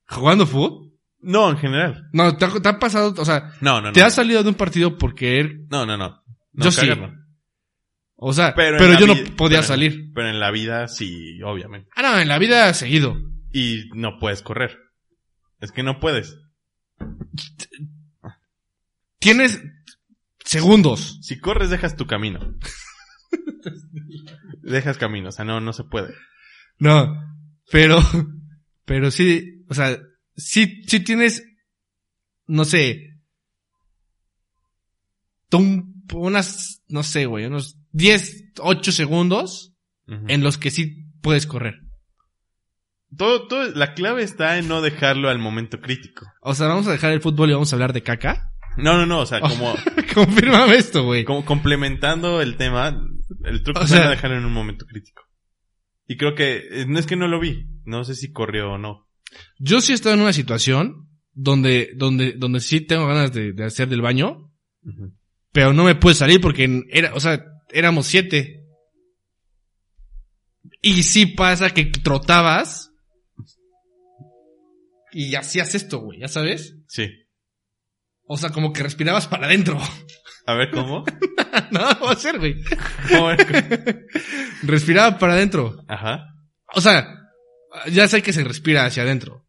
Speaker 1: ¿Jugando fútbol?
Speaker 2: No, en general.
Speaker 1: No, te ha, te ha pasado, o sea,
Speaker 2: No, no, no.
Speaker 1: te has salido de un partido por querer,
Speaker 2: No, no, no. No,
Speaker 1: Yo sí.
Speaker 2: cagar no.
Speaker 1: o sea,
Speaker 2: Pero
Speaker 1: pero,
Speaker 2: en la
Speaker 1: yo
Speaker 2: vida-
Speaker 1: no podía
Speaker 2: pero-
Speaker 1: salir.
Speaker 2: Pero en la vida sí, obviamente.
Speaker 1: Ah, no, en la vida seguido.
Speaker 2: Y no puedes correr. Es que no puedes.
Speaker 1: Tienes segundos.
Speaker 2: Si corres, dejas
Speaker 1: <laughs>
Speaker 2: tu camino. dejas camino, o sea, no, no se puede.
Speaker 1: No, pero, <laughs> pero sí, o sea, sí, sí tienes, no sé, un- unas, no sé, güey, unos 10, 8 segundos
Speaker 2: Ujú.
Speaker 1: en los que sí puedes correr.
Speaker 2: Todo, todo, la clave está en no dejarlo al momento crítico.
Speaker 1: O sea, vamos a dejar el fútbol y vamos a hablar de caca. <laughs>
Speaker 2: No, no, no, o sea,
Speaker 1: Oh. <laughs>
Speaker 2: como,
Speaker 1: Confírmame esto, güey.
Speaker 2: como complementando el tema, el truco
Speaker 1: O
Speaker 2: está en
Speaker 1: sea-
Speaker 2: no dejarlo en un momento crítico. Y creo que, eh, no es que no lo vi, no sé si corrió o no.
Speaker 1: Yo sí he estado en una situación donde, donde, donde sí tengo ganas de, de hacer del baño,
Speaker 2: Ujú.
Speaker 1: pero no me pude salir porque en- era, o sea, éramos siete. Y sí pasa que trotabas y hacías esto, güey, ya sabes.
Speaker 2: Sí.
Speaker 1: O sea, como que respirabas para adentro. <laughs>
Speaker 2: A ver cómo.
Speaker 1: no, va a ser, güey.
Speaker 2: <laughs> ¿Cómo era?
Speaker 1: <laughs> Respiraba para adentro.
Speaker 2: Ajá.
Speaker 1: O sea, ya sé que se respira hacia adentro.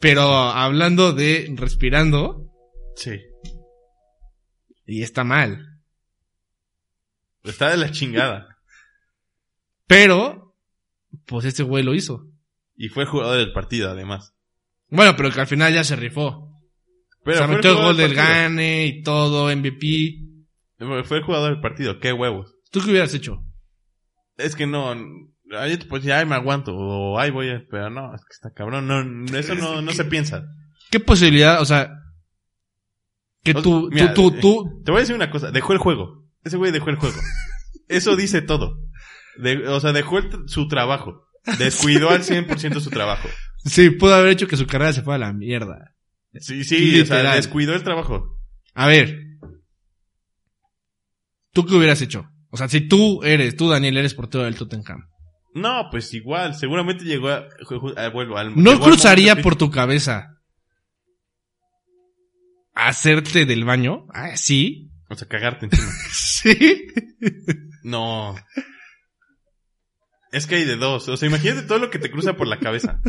Speaker 1: Pero hablando de respirando,
Speaker 2: Sí.
Speaker 1: y está mal.
Speaker 2: Está de la chingada.
Speaker 1: Pero, pues este güey lo hizo.
Speaker 2: Y fue jugador del partido, además.
Speaker 1: Bueno, pero que al final ya se rifó.
Speaker 2: Pero
Speaker 1: o sea,
Speaker 2: fue
Speaker 1: metió el
Speaker 2: jugador
Speaker 1: gol del
Speaker 2: partido.
Speaker 1: Gane y todo, MVP.
Speaker 2: Fue el jugador del partido, qué huevos.
Speaker 1: ¿Tú qué hubieras hecho?
Speaker 2: Es que no. Ahí, pues ya ahí me aguanto. O ahí voy, a- pero no, es que está cabrón. No, eso no, no se piensa.
Speaker 1: ¿Qué posibilidad, o sea, que
Speaker 2: O-
Speaker 1: tú,
Speaker 2: mira,
Speaker 1: tú,
Speaker 2: eh,
Speaker 1: tú, tú,
Speaker 2: Te voy a decir una cosa. Dejó el juego. Ese güey dejó el juego. Eso dice todo. De- o sea, dejó el tr- su trabajo. Descuidó al 100% su trabajo.
Speaker 1: sí, pudo haber hecho que su carrera se fuera a la mierda.
Speaker 2: Sí, sí, o sea,
Speaker 1: Literal.
Speaker 2: descuidó el trabajo.
Speaker 1: A ver. ¿Tú qué hubieras hecho? O sea, si tú eres, tú Daniel, eres portero del Tottenham.
Speaker 2: No, pues igual. Seguramente llegó a. ju- ju- a- vuelvo al- llegó al
Speaker 1: No cruzaría
Speaker 2: momento
Speaker 1: por tu cabeza hacerte del baño. Ah,
Speaker 2: <laughs>
Speaker 1: sí.
Speaker 2: crítico. O sea, cagarte encima.
Speaker 1: Sí.
Speaker 2: No. Es que hay de dos. O sea, imagínate todo lo que te cruza por la cabeza.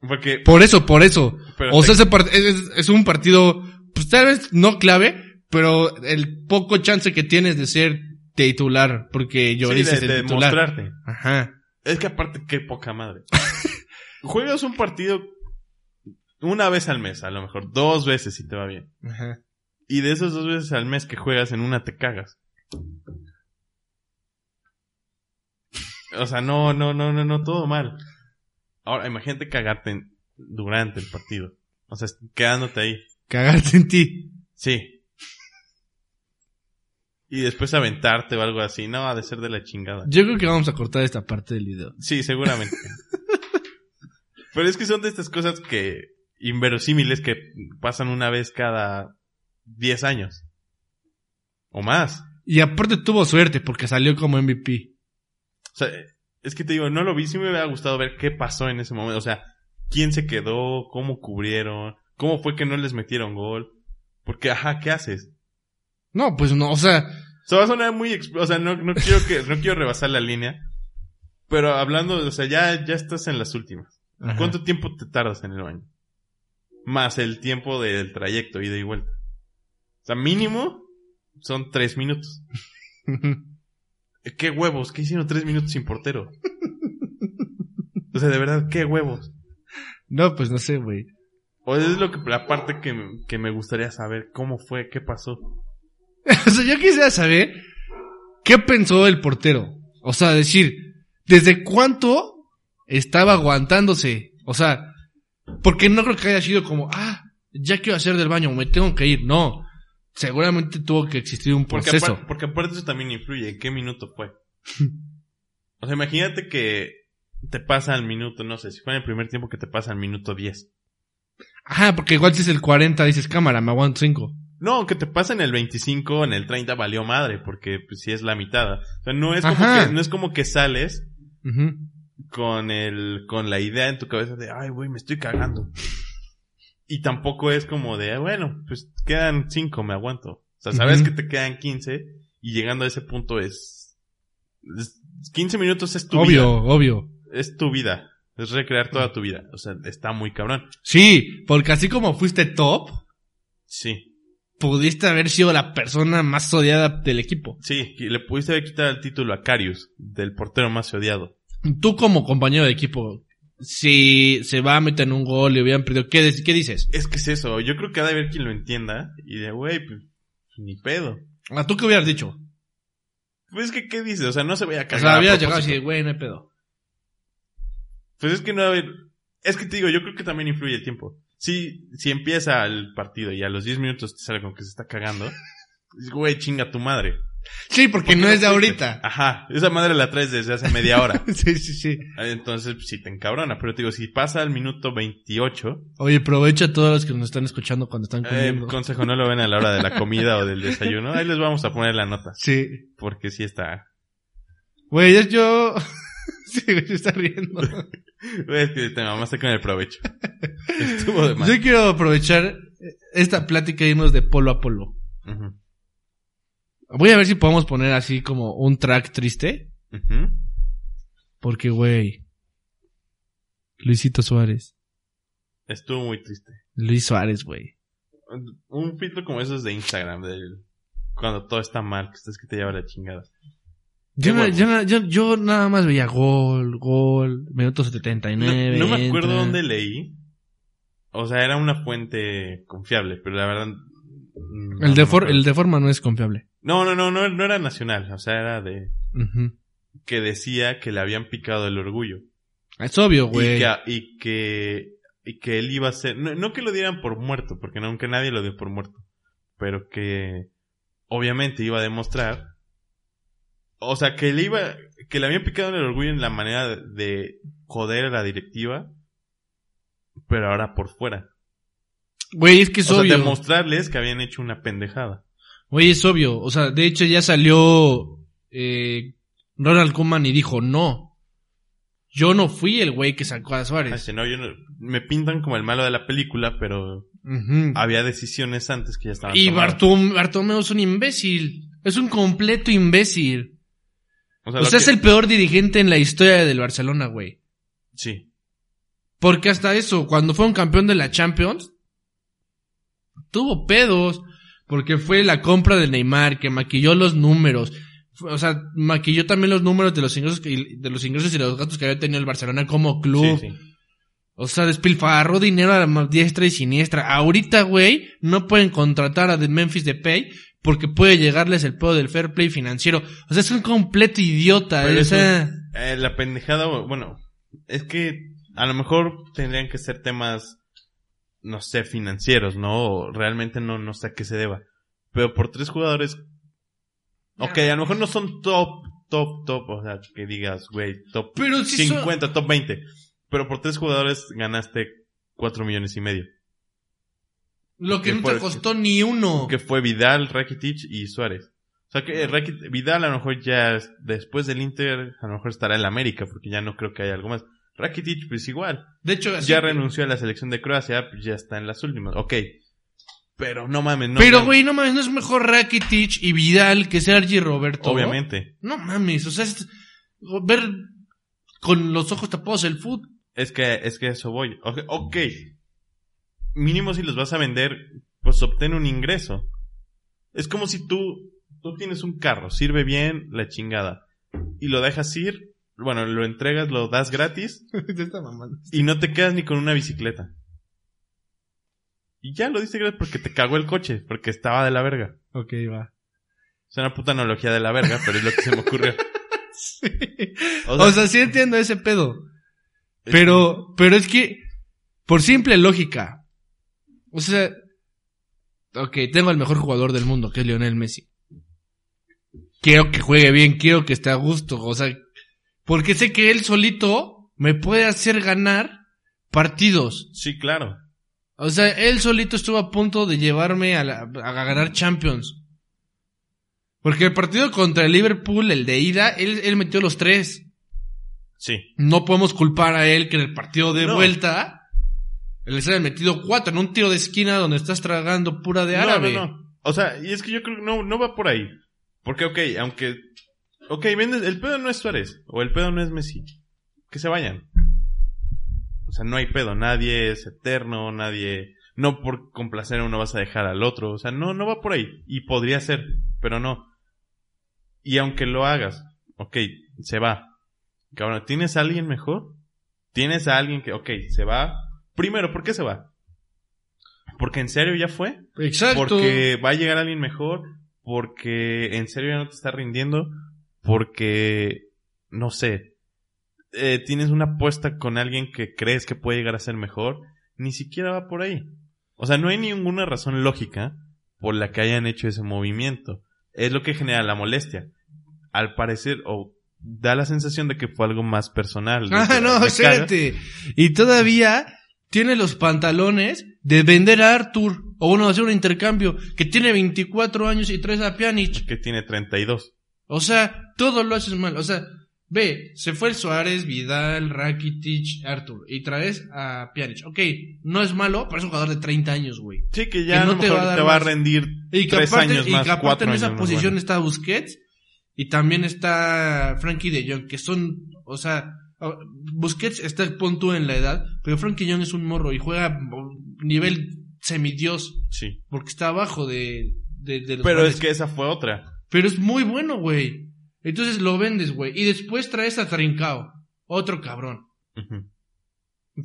Speaker 2: Porque.
Speaker 1: Por eso, por eso.
Speaker 2: pero
Speaker 1: O
Speaker 2: te-
Speaker 1: sea, ese part- es, es- es un partido, pues tal vez no clave, pero el poco chance que tienes de ser titular, porque yo
Speaker 2: sí,
Speaker 1: dices
Speaker 2: de,
Speaker 1: el
Speaker 2: de
Speaker 1: titular.
Speaker 2: mostrarte.
Speaker 1: Ajá.
Speaker 2: Es que aparte, qué poca madre. <laughs> Juegas un partido una vez al mes, a lo mejor. Dos veces si te va bien.
Speaker 1: Ajá.
Speaker 2: Y de esas dos veces al mes que juegas, en una te cagas. O sea, no, no, no, no, no, todo mal. Ahora, imagínate cagarte en- durante el partido. O sea, quedándote ahí.
Speaker 1: Cagarte en ti.
Speaker 2: Sí. Y después aventarte o algo así. No, ha de ser de la chingada.
Speaker 1: Yo creo que vamos a cortar esta parte del video.
Speaker 2: Sí, seguramente. <laughs> Pero es que son de estas cosas que inverosímiles que pasan una vez cada 10 años. O más.
Speaker 1: Y aparte tuvo suerte porque salió como MVP.
Speaker 2: O sea, es que te digo, no lo vi, sí me hubiera gustado ver qué pasó en ese momento. O sea, quién se quedó, cómo cubrieron, cómo fue que no les metieron gol. Porque, ajá, ¿qué haces?
Speaker 1: No, pues no, o sea,
Speaker 2: O sea, va a sonar muy... exp- O sea, no, no quiero que, no quiero rebasar la línea. Pero hablando, o sea, ya, ya estás en las últimas.
Speaker 1: Ajá.
Speaker 2: ¿Cuánto tiempo te tardas en el baño? Más el tiempo del trayecto, ida y vuelta. O sea, mínimo son tres minutos. ¿Qué huevos? ¿Qué hicieron tres minutos sin portero? O sea, de verdad, ¿qué huevos?
Speaker 1: <laughs> no, pues no sé, güey. <laughs>
Speaker 2: O es lo que, la parte que, me- que me gustaría saber. ¿Cómo fue? ¿Qué pasó?
Speaker 1: o sea, yo quisiera saber qué pensó el portero. O sea, decir, ¿desde cuánto estaba aguantándose? O sea, porque no creo que haya sido como, ah, ya quiero hacer del baño, me tengo que ir. No, seguramente tuvo que existir un
Speaker 2: Porque,
Speaker 1: proceso.
Speaker 2: apar- porque aparte eso también influye. ¿Qué minuto fue? O sea, imagínate que te pasa al minuto, no sé, si fue en el primer tiempo que te pasa al minuto 10.
Speaker 1: Ajá, porque igual si es el 40, dices, cámara, me aguanto 5.
Speaker 2: No, que te pasa en el 25, en el 30 valió madre, porque pues, sí es la mitad. O sea, no es como,
Speaker 1: Ajá.
Speaker 2: que, no es como que sales con el con la idea en tu cabeza de ay güey me estoy cagando y tampoco es como de "Ah, bueno pues quedan cinco me aguanto o sea sabes
Speaker 1: Ujú.
Speaker 2: que te quedan 15 y llegando a ese punto es, es- 15 minutos es tu
Speaker 1: Obvio,
Speaker 2: vida
Speaker 1: obvio.
Speaker 2: es tu vida es recrear toda tu vida o sea está muy cabrón
Speaker 1: Sí, porque así como fuiste top,
Speaker 2: sí
Speaker 1: pudiste haber sido la persona más odiada del equipo.
Speaker 2: sí y le pudiste haber quitado el título a Carius del portero más odiado
Speaker 1: Tú como compañero de equipo, si se va a meter en un gol y hubieran perdido, ¿qué, des- qué dices?
Speaker 2: es que es eso yo creo que ha de haber quien lo entienda y de güey pues ni pedo
Speaker 1: ¿A Ah, tú qué hubieras dicho?
Speaker 2: pues es que qué dices o sea no se vaya a
Speaker 1: O
Speaker 2: cagar
Speaker 1: sea,
Speaker 2: a
Speaker 1: hubieras llegado
Speaker 2: propósito.
Speaker 1: así, de, güey, no hay pedo.
Speaker 2: Pues es que no, a ver, es que te digo, yo creo que también influye el tiempo. Si, si empieza el partido y a los 10 minutos te sale con que se está cagando, <laughs> dices, güey, chinga tu madre.
Speaker 1: Sí, porque no es de ahorita. <laughs>
Speaker 2: Ajá, esa madre la traes desde hace media hora. <laughs>
Speaker 1: Sí, sí, sí.
Speaker 2: Entonces, pues, sí te encabrona, pero te digo, si pasa el minuto 28,
Speaker 1: Oye, aprovecha a todos los que nos están escuchando cuando están
Speaker 2: eh,
Speaker 1: comiendo.
Speaker 2: consejo, no lo ven a la hora de la comida o del desayuno, ahí les vamos a poner la nota,
Speaker 1: Sí.
Speaker 2: porque sí está...
Speaker 1: Güey, yo- yo... <laughs> sí, güey, se está riendo.
Speaker 2: Güey, Es que te mamaste con
Speaker 1: <laughs>
Speaker 2: el provecho. Estuvo de mal.
Speaker 1: Yo quiero aprovechar esta plática y irnos de polo a polo.
Speaker 2: Ujú,
Speaker 1: Voy a ver si podemos poner así como un track triste.
Speaker 2: ujú.
Speaker 1: Porque, güey. Luisito Suárez.
Speaker 2: Estuvo muy triste.
Speaker 1: Luis Suárez, güey.
Speaker 2: un filtro como esos de Instagram, del cuando todo está mal, que estás que te lleva la chingada.
Speaker 1: Yo,
Speaker 2: Qué
Speaker 1: na-
Speaker 2: huevo.
Speaker 1: yo na- yo- yo nada más veía gol, gol, minuto
Speaker 2: No,
Speaker 1: 79.
Speaker 2: no me acuerdo
Speaker 1: entra.
Speaker 2: dónde leí. O sea, era una fuente confiable, pero la verdad. mm, no,
Speaker 1: El de,
Speaker 2: no me
Speaker 1: for-
Speaker 2: acuerdo.
Speaker 1: el de forma no es confiable.
Speaker 2: No, no, no, no, no era nacional. O sea, era de.
Speaker 1: Ujú.
Speaker 2: Que decía que le habían picado el orgullo.
Speaker 1: Es obvio,
Speaker 2: Y
Speaker 1: güey.
Speaker 2: que, y que. y que él iba a ser. No, no que lo dieran por muerto, porque nunca nadie lo dio por muerto. Pero que. Obviamente iba a demostrar. O sea, que le iba. Que le habían picado en el orgullo en la manera de- de joder a la directiva. Pero ahora por fuera.
Speaker 1: Güey, es que
Speaker 2: O
Speaker 1: es
Speaker 2: sea,
Speaker 1: obvio.
Speaker 2: demostrarles que habían hecho una pendejada.
Speaker 1: Güey, es obvio. O sea, de hecho ya salió eh, Ronald Koeman y dijo, no. Yo no fui el güey que sacó a
Speaker 2: Ah,
Speaker 1: Suárez.
Speaker 2: dice, no, yo no- me pintan como el malo de la película, pero
Speaker 1: Ujú.
Speaker 2: había decisiones antes que ya estaban.
Speaker 1: Y
Speaker 2: tomadas.
Speaker 1: Bartom- Bartomeu es un imbécil. Es un completo imbécil.
Speaker 2: O sea,
Speaker 1: O sea,
Speaker 2: lo
Speaker 1: Pues es
Speaker 2: que-
Speaker 1: el peor dirigente en la historia del Barcelona, güey.
Speaker 2: Sí.
Speaker 1: Porque hasta eso, cuando fue un campeón de la Champions, tuvo pedos. Porque fue la compra de Neymar, que maquilló los números. Fue- O sea, maquilló también los números de los ingresos, que- de los ingresos y los gastos que había tenido el Barcelona como club.
Speaker 2: sí, sí.
Speaker 1: O sea, despilfarró dinero a la diestra y siniestra. Ahorita, güey, no pueden contratar a The Memphis Depay porque puede llegarles el pedo del fair play financiero. O sea, es un completo idiota.
Speaker 2: Pero
Speaker 1: o
Speaker 2: eso-
Speaker 1: sea,
Speaker 2: Eh, la pendejada, bueno, es que a lo mejor tendrían que ser temas, no sé, financieros, ¿no? O Realmente no, no sé a qué se deba. Pero por tres jugadores... Ok, a lo mejor no son top, top, top, o sea, que digas, güey, top
Speaker 1: Pero si son-
Speaker 2: 50, top 20. Pero por tres jugadores ganaste cuatro millones y medio.
Speaker 1: lo que
Speaker 2: que
Speaker 1: no te
Speaker 2: fue-
Speaker 1: costó ni uno.
Speaker 2: Que fue Vidal, Rakitic y Suárez. O sea que eh, Rakit- Vidal a lo mejor ya es- después del Inter a lo mejor estará en la América porque ya no creo que haya algo más. Rakitic pues igual.
Speaker 1: de hecho, así-
Speaker 2: Ya renunció a la selección de Croacia, pues ya está en las últimas. Ok. Pero no mames, no.
Speaker 1: pero,
Speaker 2: mames.
Speaker 1: güey, no mames, no es mejor Rakitic y Vidal que Sergi Roberto.
Speaker 2: Obviamente.
Speaker 1: No mames, o sea, es ver con los ojos tapados el fútbol.
Speaker 2: Es que, es que a eso voy. Ok. ok. Mínimo si los vas a vender, pues obtén un ingreso. Es como si tú, tú tienes un carro, sirve bien la chingada. Y lo dejas ir, bueno, lo entregas, lo das gratis y no te quedas ni con una bicicleta. Y ya lo diste gratis porque te cagó el coche, porque estaba de la verga.
Speaker 1: Ok, va.
Speaker 2: Es una puta analogía de la verga, pero es lo que se me ocurrió.
Speaker 1: O sea, sí entiendo ese pedo. Pero, pero es que, por simple lógica. O sea, ok, tengo al mejor jugador del mundo, que es Lionel Messi. Quiero que juegue bien, quiero que esté a gusto, o sea, porque sé que él solito me puede hacer ganar partidos.
Speaker 2: Sí, claro.
Speaker 1: O sea, él solito estuvo a punto de llevarme a, la- a ganar Champions. Porque el partido contra el Liverpool, el de ida, él, él metió los tres.
Speaker 2: Sí.
Speaker 1: No podemos culpar a él que en el partido de
Speaker 2: No.
Speaker 1: vuelta les hayan metido cuatro en un tiro de esquina donde estás tragando pura de
Speaker 2: No,
Speaker 1: árabe.
Speaker 2: No, no, O sea, y es que yo creo que no, no va por ahí. Porque, ok, aunque. Ok, vendes. El pedo no es Suárez. O el pedo no es Messi. Que se vayan. O sea, no hay pedo. Nadie es eterno. Nadie. No por complacer a uno vas a dejar al otro. O sea, no, no va por ahí. Y podría ser, pero no. Y aunque lo hagas, ok, se va. Cabrón, ¿tienes a alguien mejor? ¿Tienes a alguien que, ok, se va? Primero, ¿por qué se va? ¿Porque en serio ya fue?
Speaker 1: Exacto.
Speaker 2: porque va a llegar alguien mejor, porque en serio ya no te está rindiendo, porque no sé, eh, tienes una apuesta con alguien que crees que puede llegar a ser mejor, ni siquiera va por ahí. O sea, no hay ninguna razón lógica por la que hayan hecho ese movimiento. Es lo que genera la molestia. Al parecer, o da la sensación de que fue algo
Speaker 1: <laughs>
Speaker 2: más personal. de
Speaker 1: Ah,
Speaker 2: que
Speaker 1: no,
Speaker 2: me caga.
Speaker 1: espérate. Y todavía tiene los pantalones de vender a Arthur o uno hacer un intercambio que tiene 24 años y traes a Pjanic.
Speaker 2: Que tiene 32.
Speaker 1: O sea, todo lo haces mal. O sea, ve, se fue el Suárez, Vidal, Rakitic, Arthur y traes a Pjanic. Ok, no es malo, pero es un jugador de 30 años, güey.
Speaker 2: Sí, que ya
Speaker 1: no
Speaker 2: a lo
Speaker 1: te
Speaker 2: mejor
Speaker 1: va a dar
Speaker 2: te va a
Speaker 1: más.
Speaker 2: rendir
Speaker 1: Y que
Speaker 2: tres
Speaker 1: aparte,
Speaker 2: años
Speaker 1: y
Speaker 2: más,
Speaker 1: que aparte
Speaker 2: cuatro
Speaker 1: en esa
Speaker 2: años más,
Speaker 1: posición
Speaker 2: bueno.
Speaker 1: está Busquets y también está Frankie de Jong, que son, o sea, a- Busquets está pon tú en la edad, pero Frankie de Jong es un morro y juega mm, nivel semidios
Speaker 2: Sí.
Speaker 1: porque está abajo de, de, de los
Speaker 2: Pero
Speaker 1: grandes.
Speaker 2: es que esa fue otra.
Speaker 1: pero es muy bueno, güey. Entonces lo vendes, güey, y después traes a Trincao, otro cabrón.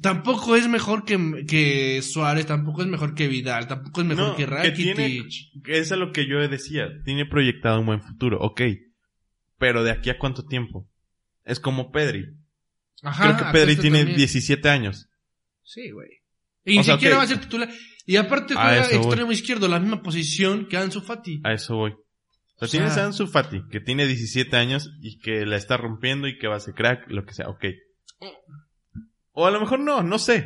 Speaker 1: Tampoco es mejor que, que Suárez, tampoco es mejor que Vidal, tampoco es mejor
Speaker 2: No,
Speaker 1: que
Speaker 2: que
Speaker 1: Rakitic.
Speaker 2: tiene- Eso es lo que yo decía. Tiene proyectado un buen futuro, ok. Pero de aquí a cuánto tiempo? Es como Pedri.
Speaker 1: Ajá,
Speaker 2: Creo que Pedri
Speaker 1: Acosta
Speaker 2: tiene
Speaker 1: también.
Speaker 2: 17 años.
Speaker 1: Sí, güey. Y
Speaker 2: O
Speaker 1: ni
Speaker 2: sea,
Speaker 1: siquiera
Speaker 2: ok.
Speaker 1: va a ser titular. Y aparte
Speaker 2: A
Speaker 1: juega
Speaker 2: eso voy.
Speaker 1: extremo izquierdo, la misma posición que Ansu Fati.
Speaker 2: A eso voy. O sea,
Speaker 1: O
Speaker 2: tienes
Speaker 1: sea-
Speaker 2: a Ansu Fati, que tiene 17 años y que la está rompiendo y que va a ser crack, lo que sea, ok.
Speaker 1: Oh.
Speaker 2: O a lo mejor no, no sé.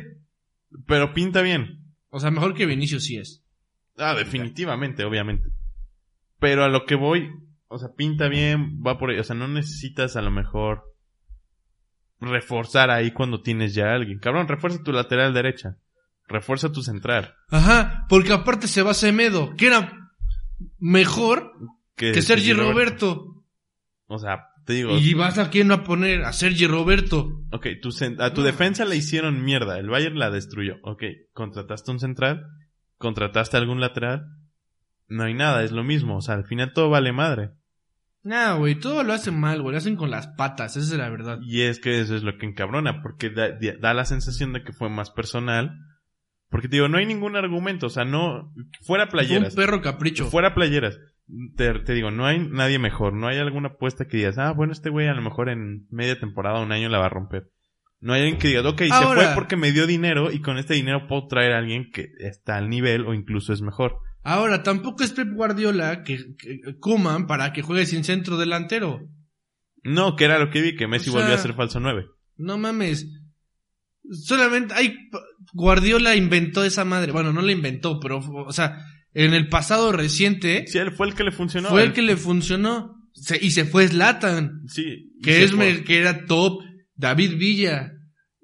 Speaker 2: Pero pinta bien.
Speaker 1: O sea, mejor que Vinicius sí es.
Speaker 2: Ah, definitivamente, obviamente. Pero a lo que voy, o sea, pinta bien, va por ahí. O sea, no necesitas a lo mejor reforzar ahí cuando tienes ya a alguien. Cabrón, refuerza tu lateral derecha. Refuerza tu central.
Speaker 1: Ajá, porque aparte se va Semedo, que era mejor
Speaker 2: Que,
Speaker 1: que Sergi
Speaker 2: que
Speaker 1: Roberto.
Speaker 2: O sea, te digo,
Speaker 1: Y vas a quién va a poner a Sergi Roberto.
Speaker 2: ok, tu cen- a tu defensa le hicieron mierda. El Bayern la destruyó. Ok, contrataste un central, contrataste algún lateral. No hay nada, es lo mismo. O sea, al final todo vale madre.
Speaker 1: Nah, güey, todo lo hacen mal, güey. Lo hacen con las patas, esa es la verdad.
Speaker 2: Y es que eso es lo que encabrona, porque da, da- da la sensación de que fue más personal. Porque te digo, no hay ningún argumento, o sea, no. Fuera playeras.
Speaker 1: Un perro capricho.
Speaker 2: Fuera playeras. Te, te digo, no hay nadie mejor, no hay alguna apuesta que digas, ah, bueno, este güey a lo mejor en media temporada, un año la va a romper. No hay alguien que diga, ok, se
Speaker 1: Ahora-
Speaker 2: fue porque me dio dinero y con este dinero puedo traer a alguien que está al nivel o incluso es mejor.
Speaker 1: Ahora, tampoco es Pep Guardiola que, que Kuman para que juegue sin centro delantero.
Speaker 2: No, que era lo que vi, que Messi
Speaker 1: O sea-
Speaker 2: volvió a ser falso 9.
Speaker 1: No mames. Solamente hay Guardiola inventó esa madre. Bueno, no la inventó, pero o sea, en el pasado reciente
Speaker 2: Sí, él fue el que le funcionó.
Speaker 1: fue el
Speaker 2: él-
Speaker 1: que le funcionó Se- y se fue Zlatan,
Speaker 2: Sí. y
Speaker 1: que
Speaker 2: se
Speaker 1: es
Speaker 2: fue.
Speaker 1: el que era top, David Villa.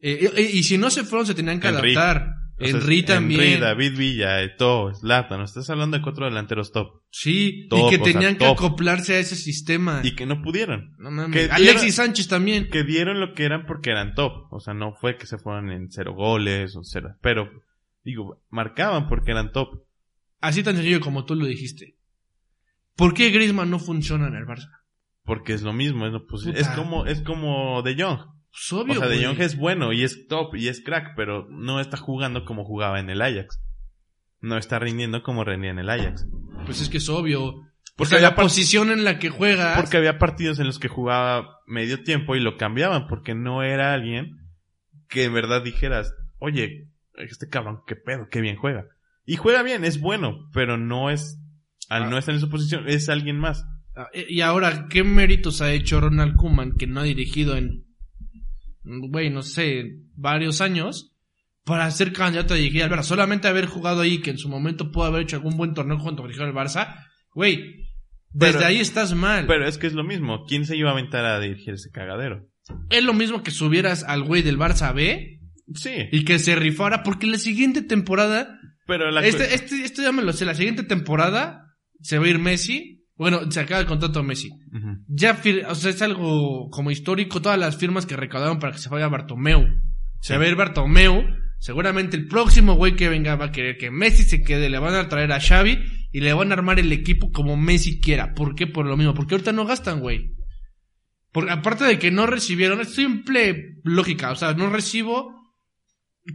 Speaker 1: Eh, eh, y si no se fueron se tenían que
Speaker 2: Henry.
Speaker 1: adaptar.
Speaker 2: O sea,
Speaker 1: Henry también.
Speaker 2: Henry, David Villa, Eto'o, Zlatan. Estás hablando de cuatro delanteros top.
Speaker 1: sí,
Speaker 2: Top,
Speaker 1: y que
Speaker 2: o sea,
Speaker 1: tenían que
Speaker 2: top.
Speaker 1: acoplarse a ese sistema.
Speaker 2: Y que no pudieron.
Speaker 1: No mames.
Speaker 2: que
Speaker 1: Alexis
Speaker 2: diera-
Speaker 1: Sánchez también.
Speaker 2: Que dieron lo que eran porque eran top. O sea, no fue que se fueran en cero goles o cero. Pero, digo, marcaban porque eran top.
Speaker 1: Así tan sencillo como tú lo dijiste. ¿Por qué Griezmann no funciona en el Barça?
Speaker 2: Porque es lo mismo, es lo posi-
Speaker 1: Puta.
Speaker 2: Es como, es como De Jong.
Speaker 1: Pues
Speaker 2: O
Speaker 1: obvio,
Speaker 2: sea, De
Speaker 1: güey.
Speaker 2: Jong es bueno y es top y es crack, pero no está jugando como jugaba en el Ajax. No está rindiendo como rendía en el Ajax.
Speaker 1: Pues es que es obvio.
Speaker 2: Porque
Speaker 1: Porque la
Speaker 2: había par-
Speaker 1: posición en la que juegas.
Speaker 2: Porque había partidos en los que jugaba medio tiempo y lo cambiaban porque no era alguien que en verdad dijeras, oye, este cabrón, qué pedo, qué bien juega. Y juega bien, es bueno, pero no es, al
Speaker 1: Ah.
Speaker 2: no estar en su posición, es alguien más.
Speaker 1: Ah, eh, Y ahora, ¿qué méritos ha hecho Ronald Koeman que no ha dirigido en, güey, no sé, varios años para ser candidato a dirigir al Barça? Solamente haber jugado ahí, que en su momento pudo haber hecho algún buen torneo cuando dirigió al Barça, güey, desde
Speaker 2: Pero-
Speaker 1: ahí estás mal.
Speaker 2: Pero es que es lo mismo, ¿quién se iba a aventar a dirigir ese cagadero?
Speaker 1: es lo mismo que subieras al güey del Barça B
Speaker 2: Sí,
Speaker 1: y que se rifara, porque la siguiente temporada
Speaker 2: pero la cu-
Speaker 1: Este, este, esto ya me lo sé. La siguiente temporada se va a ir Messi. Bueno, se acaba el contrato de Messi.
Speaker 2: Ujú.
Speaker 1: Ya, fir- o sea, es algo como histórico. Todas las firmas que recaudaron para que se vaya Bartomeu. Se va a ir Bartomeu. Seguramente el próximo güey que venga va a querer que Messi se quede. Le van a traer a Xavi y le van a armar el equipo como Messi quiera. ¿Por qué? Por lo mismo. Porque ahorita no gastan, güey. Porque aparte de que no recibieron, es simple lógica. O sea, no recibo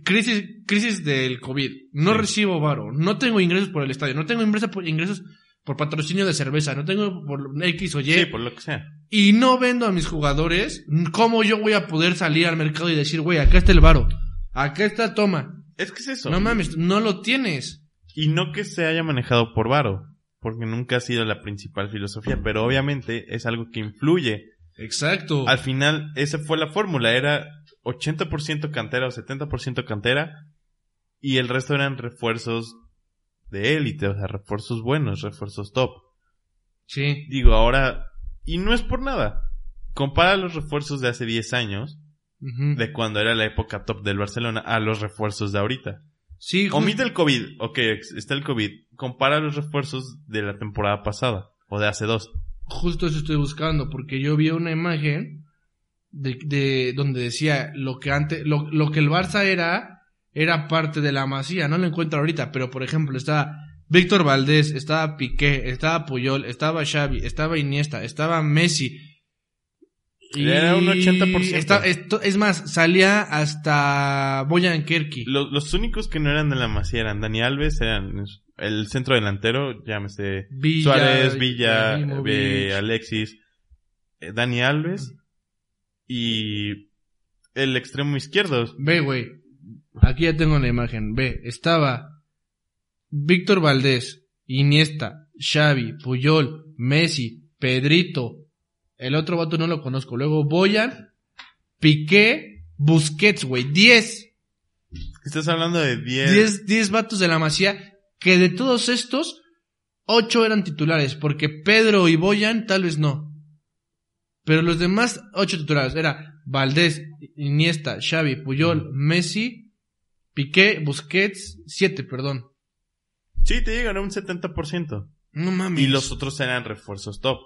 Speaker 1: crisis, crisis del COVID. No
Speaker 2: Sí.
Speaker 1: recibo varo. No tengo ingresos por el estadio. No tengo ingresos por, ingresos por patrocinio de cerveza. No tengo por X o Y
Speaker 2: sí, por lo que sea.
Speaker 1: y no vendo a mis jugadores, ¿cómo yo voy a poder salir al mercado y decir, güey, acá está el varo? Acá está, toma.
Speaker 2: Es que es eso.
Speaker 1: No mames, no lo tienes.
Speaker 2: Y no que se haya manejado por varo, porque nunca ha sido la principal filosofía, pero obviamente es algo que influye
Speaker 1: Exacto.
Speaker 2: Al final, esa fue la fórmula. Era 80% cantera o 70% cantera. Y el resto eran refuerzos de élite, o sea, refuerzos buenos, refuerzos top.
Speaker 1: Sí.
Speaker 2: Digo, ahora... Y no es por nada. Compara los refuerzos de hace 10 años,
Speaker 1: Ujú.
Speaker 2: de cuando era la época top del Barcelona, a los refuerzos de ahorita.
Speaker 1: Sí, ju-
Speaker 2: Omite el COVID. Ok, ex- está el COVID. Compara los refuerzos de la temporada pasada, o de hace dos.
Speaker 1: justo eso estoy buscando, porque yo vi una imagen de, de donde decía lo que antes, lo, lo que el Barça era, era parte de la masía. No lo encuentro ahorita, pero por ejemplo, estaba Víctor Valdés, estaba Piqué, estaba Puyol, estaba Xavi, estaba Iniesta, estaba Messi.
Speaker 2: Era un 80%.
Speaker 1: esta- esto- es más, salía hasta Boyan Kerki.
Speaker 2: Lo- los únicos que no eran de la Masía eran Dani Alves, eran el centro delantero, llámese
Speaker 1: Villa,
Speaker 2: Suárez, Villa,
Speaker 1: Ibrahimovic.
Speaker 2: eh, Alexis, eh, Dani Alves y el extremo izquierdo.
Speaker 1: Ve, güey. Aquí ya tengo la imagen. Ve, estaba Víctor Valdés, Iniesta, Xavi, Puyol, Messi, Pedrito. El otro vato no lo conozco. Luego Boyan, Piqué, Busquets, güey. 10.
Speaker 2: Estás hablando de 10.
Speaker 1: 10 10 vatos de la Masía que de todos estos ocho eran titulares porque Pedro y Boyan tal vez no. Pero los demás ocho titulares era Valdés, Iniesta, Xavi, Puyol,
Speaker 2: Mm.
Speaker 1: Messi, Piqué, Busquets, siete, perdón.
Speaker 2: Sí, te llegan a un 70%.
Speaker 1: No mames.
Speaker 2: Y los otros eran refuerzos top.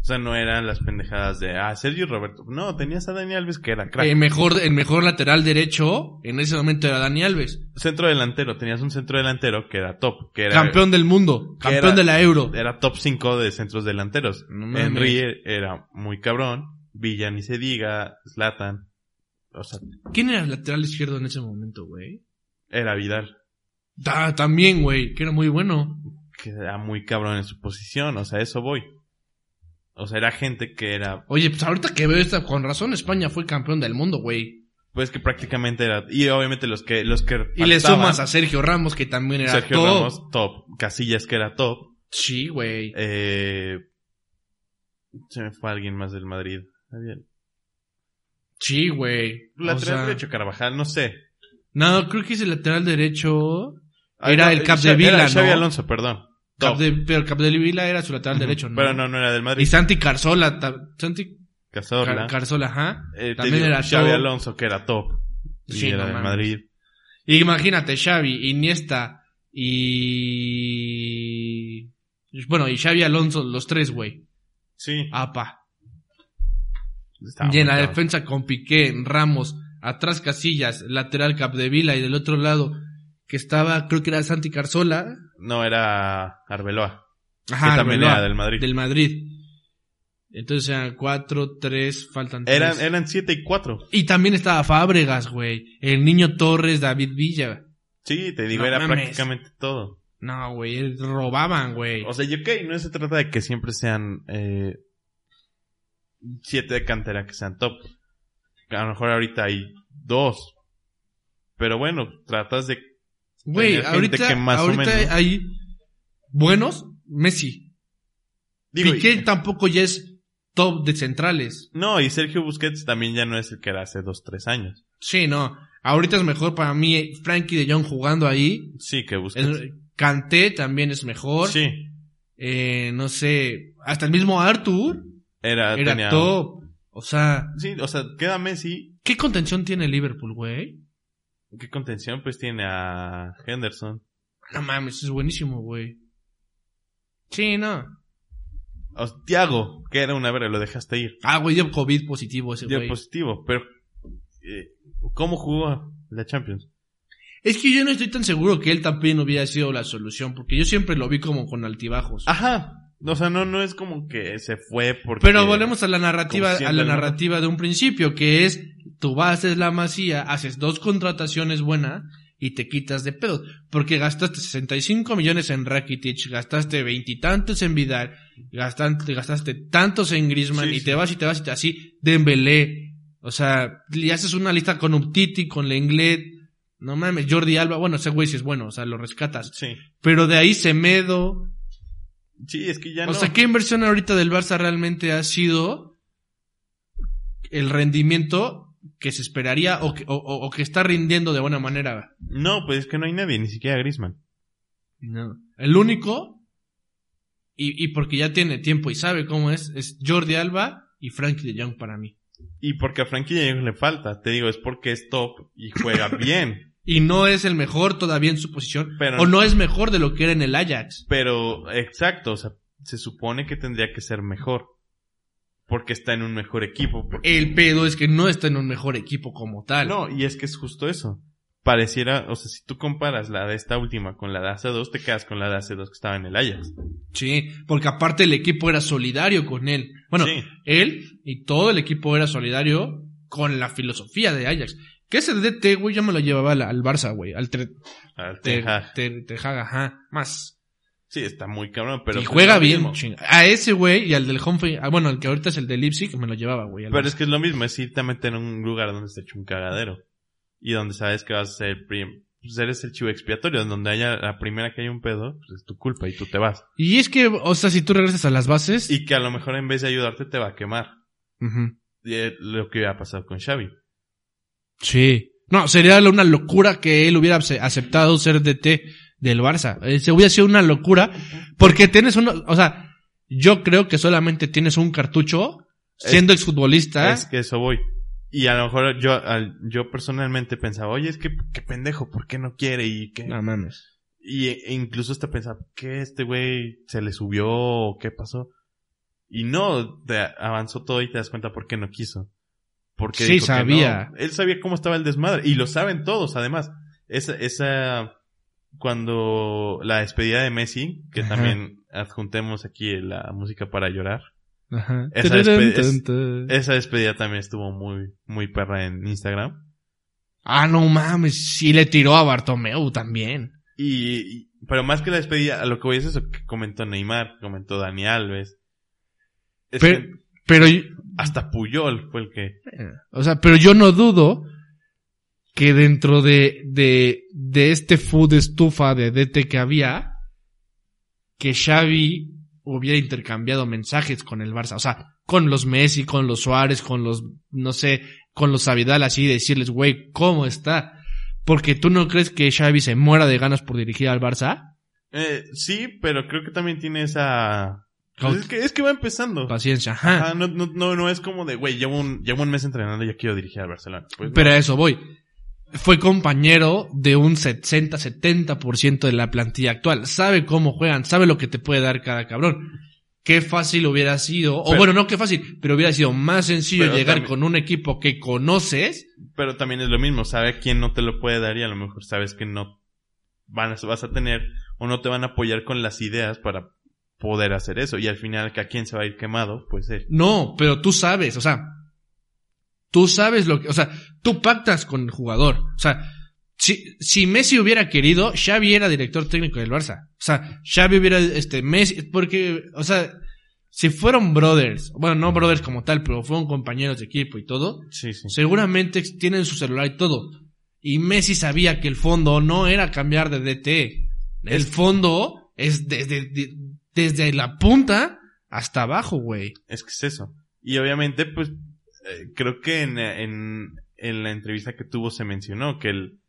Speaker 2: O sea, no eran las pendejadas de, ah, Sergio y Roberto. No, tenías a Dani Alves que era crack.
Speaker 1: El mejor, el mejor lateral derecho en ese momento era Dani Alves.
Speaker 2: centro delantero, tenías un centro delantero que era top, que era
Speaker 1: campeón del mundo,
Speaker 2: que
Speaker 1: campeón
Speaker 2: era-
Speaker 1: de la Euro.
Speaker 2: era top 5 de centros delanteros.
Speaker 1: No mames.
Speaker 2: Henry era muy cabrón, Villa ni se diga, Zlatan. O sea,
Speaker 1: ¿Quién era el lateral izquierdo en ese momento, güey?
Speaker 2: era Vidal,
Speaker 1: Ta- también, güey, que era muy bueno.
Speaker 2: que era muy cabrón en su posición, o sea, eso voy. O sea, era gente que era,
Speaker 1: Oye, pues ahorita que veo esta, con razón España fue campeón del mundo, güey.
Speaker 2: pues que prácticamente era, y obviamente los que, los que
Speaker 1: Y le
Speaker 2: faltaban,
Speaker 1: sumas a Sergio Ramos, que también era
Speaker 2: Sergio
Speaker 1: top.
Speaker 2: Ramos, top, Casillas que era top,
Speaker 1: Sí, güey.
Speaker 2: eh, se me fue alguien más del Madrid, Había-
Speaker 1: Sí, güey. O
Speaker 2: lateral
Speaker 1: sea,
Speaker 2: derecho Carvajal, no sé,
Speaker 1: No, creo que es el lateral derecho.
Speaker 2: Ah,
Speaker 1: Era
Speaker 2: no,
Speaker 1: el
Speaker 2: eh,
Speaker 1: Cap de
Speaker 2: Xavi-
Speaker 1: Vila,
Speaker 2: era Xavi
Speaker 1: ¿no?
Speaker 2: Alonso, perdón,
Speaker 1: Cap
Speaker 2: top.
Speaker 1: de- pero Capdevila era su lateral derecho, ¿no?
Speaker 2: Pero no, no era del
Speaker 1: Y
Speaker 2: Madrid.
Speaker 1: Santi Carzola, ta- Santi
Speaker 2: Cazorla.
Speaker 1: Car- Carzola, ajá.
Speaker 2: Eh, te
Speaker 1: también
Speaker 2: digo,
Speaker 1: era
Speaker 2: Xavi
Speaker 1: top.
Speaker 2: Alonso, que era top. Y
Speaker 1: Sí,
Speaker 2: era
Speaker 1: no
Speaker 2: de
Speaker 1: mames.
Speaker 2: Madrid.
Speaker 1: Imagínate, Xavi, Iniesta y... Bueno, y Xavi Alonso, los tres, güey.
Speaker 2: Sí.
Speaker 1: Apa.
Speaker 2: estaba
Speaker 1: Ah, y en
Speaker 2: muy
Speaker 1: la
Speaker 2: cabrón.
Speaker 1: defensa con Piqué, Ramos, atrás Casillas, lateral Capdevila y del otro lado que estaba, creo que era Santi Carzola.
Speaker 2: No, era Arbeloa.
Speaker 1: Ajá,
Speaker 2: que
Speaker 1: Ah,
Speaker 2: también
Speaker 1: Arbeloa,
Speaker 2: era del Madrid.
Speaker 1: del Madrid. Entonces eran cuatro, tres, faltan tres.
Speaker 2: Eran, eran siete y cuatro.
Speaker 1: Y también estaba Fábregas, güey. El niño Torres, David Villa.
Speaker 2: Sí, te digo,
Speaker 1: No
Speaker 2: era
Speaker 1: mames.
Speaker 2: prácticamente todo.
Speaker 1: No, güey, él- robaban, güey.
Speaker 2: O sea, y ok, no se trata de que siempre sean eh, siete de cantera que sean top. A lo mejor ahorita hay dos. Pero bueno, tratas de...
Speaker 1: Güey,
Speaker 2: tenía gente
Speaker 1: ahorita,
Speaker 2: que más o
Speaker 1: ahorita
Speaker 2: menos.
Speaker 1: hay buenos, Messi.
Speaker 2: Digo,
Speaker 1: Piqué
Speaker 2: y-
Speaker 1: tampoco ya es top de centrales.
Speaker 2: no, y Sergio Busquets también ya no es el que era hace dos, tres años.
Speaker 1: Sí, no. Ahorita es mejor para mí eh, Frankie de Jong jugando ahí.
Speaker 2: Sí, que Busquets.
Speaker 1: El- Kanté también es mejor.
Speaker 2: Sí,
Speaker 1: Eh, no sé, hasta el mismo Arthur
Speaker 2: era,
Speaker 1: era
Speaker 2: tenía-
Speaker 1: top. O sea,
Speaker 2: Sí, o sea, queda Messi.
Speaker 1: ¿qué contención tiene Liverpool, güey?
Speaker 2: ¿Qué contención pues tiene a Henderson?
Speaker 1: No mames, es buenísimo, güey. Sí, no.
Speaker 2: O sea, Thiago, que era una verga, lo dejaste ir.
Speaker 1: Ah, güey, dio COVID positivo ese
Speaker 2: Dio
Speaker 1: Este güey.
Speaker 2: positivo, pero eh, ¿cómo jugó la Champions?
Speaker 1: Es que yo no estoy tan seguro que él también hubiera sido la solución, porque yo siempre lo vi como con altibajos.
Speaker 2: Ajá. O sea, no, no es como que se fue porque...
Speaker 1: Pero volvemos a la narrativa,
Speaker 2: Como
Speaker 1: a
Speaker 2: siempre,
Speaker 1: la
Speaker 2: ¿no?
Speaker 1: narrativa de un principio, que es tu base es la masía, haces dos contrataciones buenas y te quitas de pedo. Porque gastaste 65 millones en Rakitic, gastaste veintitantos en Vidal, gastaste, gastaste tantos en Griezmann
Speaker 2: Sí,
Speaker 1: y
Speaker 2: sí.
Speaker 1: te vas y te vas y te así, Dembélé. O sea, y haces una lista con Uptiti, con Lenglet, no mames, Jordi Alba, bueno, ese güey sí es bueno, o sea, lo rescatas.
Speaker 2: Sí.
Speaker 1: Pero de ahí Semedo.
Speaker 2: Sí, es que ya
Speaker 1: O
Speaker 2: no...
Speaker 1: sea, ¿qué inversión ahorita del Barça realmente ha sido el rendimiento que se esperaría o que, o- o- o que está rindiendo de buena manera?
Speaker 2: No, pues es que no hay nadie, ni siquiera Griezmann.
Speaker 1: No. El único, y, y porque ya tiene tiempo y sabe cómo es, es Jordi Alba y Frankie de Jong para mí.
Speaker 2: Y porque a Frankie de Jong le falta. Te digo, es porque es top
Speaker 1: <coughs>
Speaker 2: y juega bien.
Speaker 1: Y no es el mejor todavía en su posición,
Speaker 2: Pero-
Speaker 1: o no es mejor de lo que era en el Ajax.
Speaker 2: Pero, exacto, o sea, se supone que tendría que ser mejor. Porque está en un mejor equipo. porque-
Speaker 1: El pedo es que no está en un mejor equipo como tal.
Speaker 2: No, y es que es justo eso. Pareciera, o sea, si tú comparas la de esta última con la de hace dos, te quedas con la de hace dos que estaba en el Ajax.
Speaker 1: Sí, porque aparte el equipo era solidario con él. Bueno,
Speaker 2: Sí.
Speaker 1: él y todo el equipo era solidario con la filosofía de Ajax. Que ese DT, güey, yo me lo llevaba al, al Barça, güey. Al Ter-
Speaker 2: Al
Speaker 1: Ter-
Speaker 2: Ten Hag.
Speaker 1: Ter- Ter Hag, ajá, más.
Speaker 2: Sí, está muy cabrón, pero...
Speaker 1: y juega
Speaker 2: es lo
Speaker 1: bien,
Speaker 2: mismo.
Speaker 1: chinga. A ese güey y al del Humphrey, ah, bueno, el que ahorita es el del Leipzig, me lo llevaba, güey. al
Speaker 2: Pero
Speaker 1: Barça.
Speaker 2: es que es lo mismo, es irte a meter en un lugar donde se echa un cagadero. Y donde sabes que vas a ser el prim- pues eres el chivo expiatorio, en donde haya la primera que hay un pedo, pues es tu culpa y tú te vas.
Speaker 1: Y es que, o sea, si tú regresas a las bases,
Speaker 2: Y que a lo mejor en vez de ayudarte te va a quemar.
Speaker 1: Ujú.
Speaker 2: Y es lo que había pasado con Xavi.
Speaker 1: sí. No, sería una locura que él hubiera ace- aceptado ser DT del Barça. Eh, Se hubiera sido una locura porque tienes uno, o sea, yo creo que solamente tienes un cartucho
Speaker 2: Es-
Speaker 1: siendo exfutbolista.
Speaker 2: Es que eso voy. Y a lo mejor yo, al- yo personalmente pensaba, oye, es que qué pendejo, ¿por qué no quiere? Y que...
Speaker 1: No mames.
Speaker 2: Y e incluso hasta pensaba, ¿qué este güey se le subió? ¿O ¿Qué pasó? Y no te avanzó todo y te das cuenta por qué no quiso. Porque
Speaker 1: Sí,
Speaker 2: dijo que
Speaker 1: sabía.
Speaker 2: no. Él sabía cómo estaba el desmadre. Y lo saben todos, además. Esa, esa, cuando la despedida de Messi, que
Speaker 1: Ajá.
Speaker 2: también adjuntemos aquí la música para llorar.
Speaker 1: Ajá.
Speaker 2: Esa despe-
Speaker 1: Tararán, tan, tan.
Speaker 2: Esa despedida también estuvo muy, muy perra en Instagram.
Speaker 1: Ah, no mames. Sí le tiró a Bartomeu también.
Speaker 2: Y, y- pero más que la despedida, a lo que voy es eso que comentó Neymar, comentó Dani Alves. Es
Speaker 1: Pero-
Speaker 2: que
Speaker 1: Pero, yo-
Speaker 2: hasta Puyol fue el que.
Speaker 1: o sea, pero yo no dudo que dentro de, de, de este food estufa de DT que había, que Xavi hubiera intercambiado mensajes con el Barça. O sea, con los Messi, con los Suárez, con los, no sé, con los Avidal, así decirles, güey, ¿cómo está? Porque tú no crees que Xavi se muera de ganas por dirigir al Barça.
Speaker 2: Eh, sí, pero creo que también tiene esa. pues
Speaker 1: Caut-
Speaker 2: es, que, es que va empezando.
Speaker 1: Paciencia, ajá.
Speaker 2: Ajá, no, no, no, no es como de, güey, llevo un, llevo un mes entrenando y ya quiero dirigir al Barcelona. Pues no.
Speaker 1: Pero a eso voy. Fue compañero de un 60-70% de la plantilla actual. Sabe cómo juegan, sabe lo que te puede dar cada cabrón. Qué fácil hubiera sido, o
Speaker 2: Pero-
Speaker 1: bueno, no qué fácil, pero hubiera sido más sencillo
Speaker 2: Pero
Speaker 1: llegar
Speaker 2: también-
Speaker 1: con un equipo que conoces.
Speaker 2: Pero también es lo mismo, sabe quién no te lo puede dar y a lo mejor sabes que no van a- vas a tener o no te van a apoyar con las ideas para poder hacer eso. Y al final, ¿que ¿a quién se va a ir quemado? Pues él.
Speaker 1: No, pero tú sabes, o sea, tú sabes lo que, o sea, tú pactas con el jugador. O sea, si, si Messi hubiera querido, Xavi era director técnico del Barça. O sea, Xavi hubiera, este, Messi, porque, o sea, si fueron brothers, bueno, no brothers como tal, pero fueron compañeros de equipo y todo,
Speaker 2: Sí, sí.
Speaker 1: seguramente tienen su celular y todo. Y Messi sabía que el fondo no era cambiar de DT. El fondo es desde, de- desde la punta hasta abajo, güey.
Speaker 2: Es que es eso. Y obviamente, pues, eh, creo que en, en, en la entrevista que tuvo se mencionó que el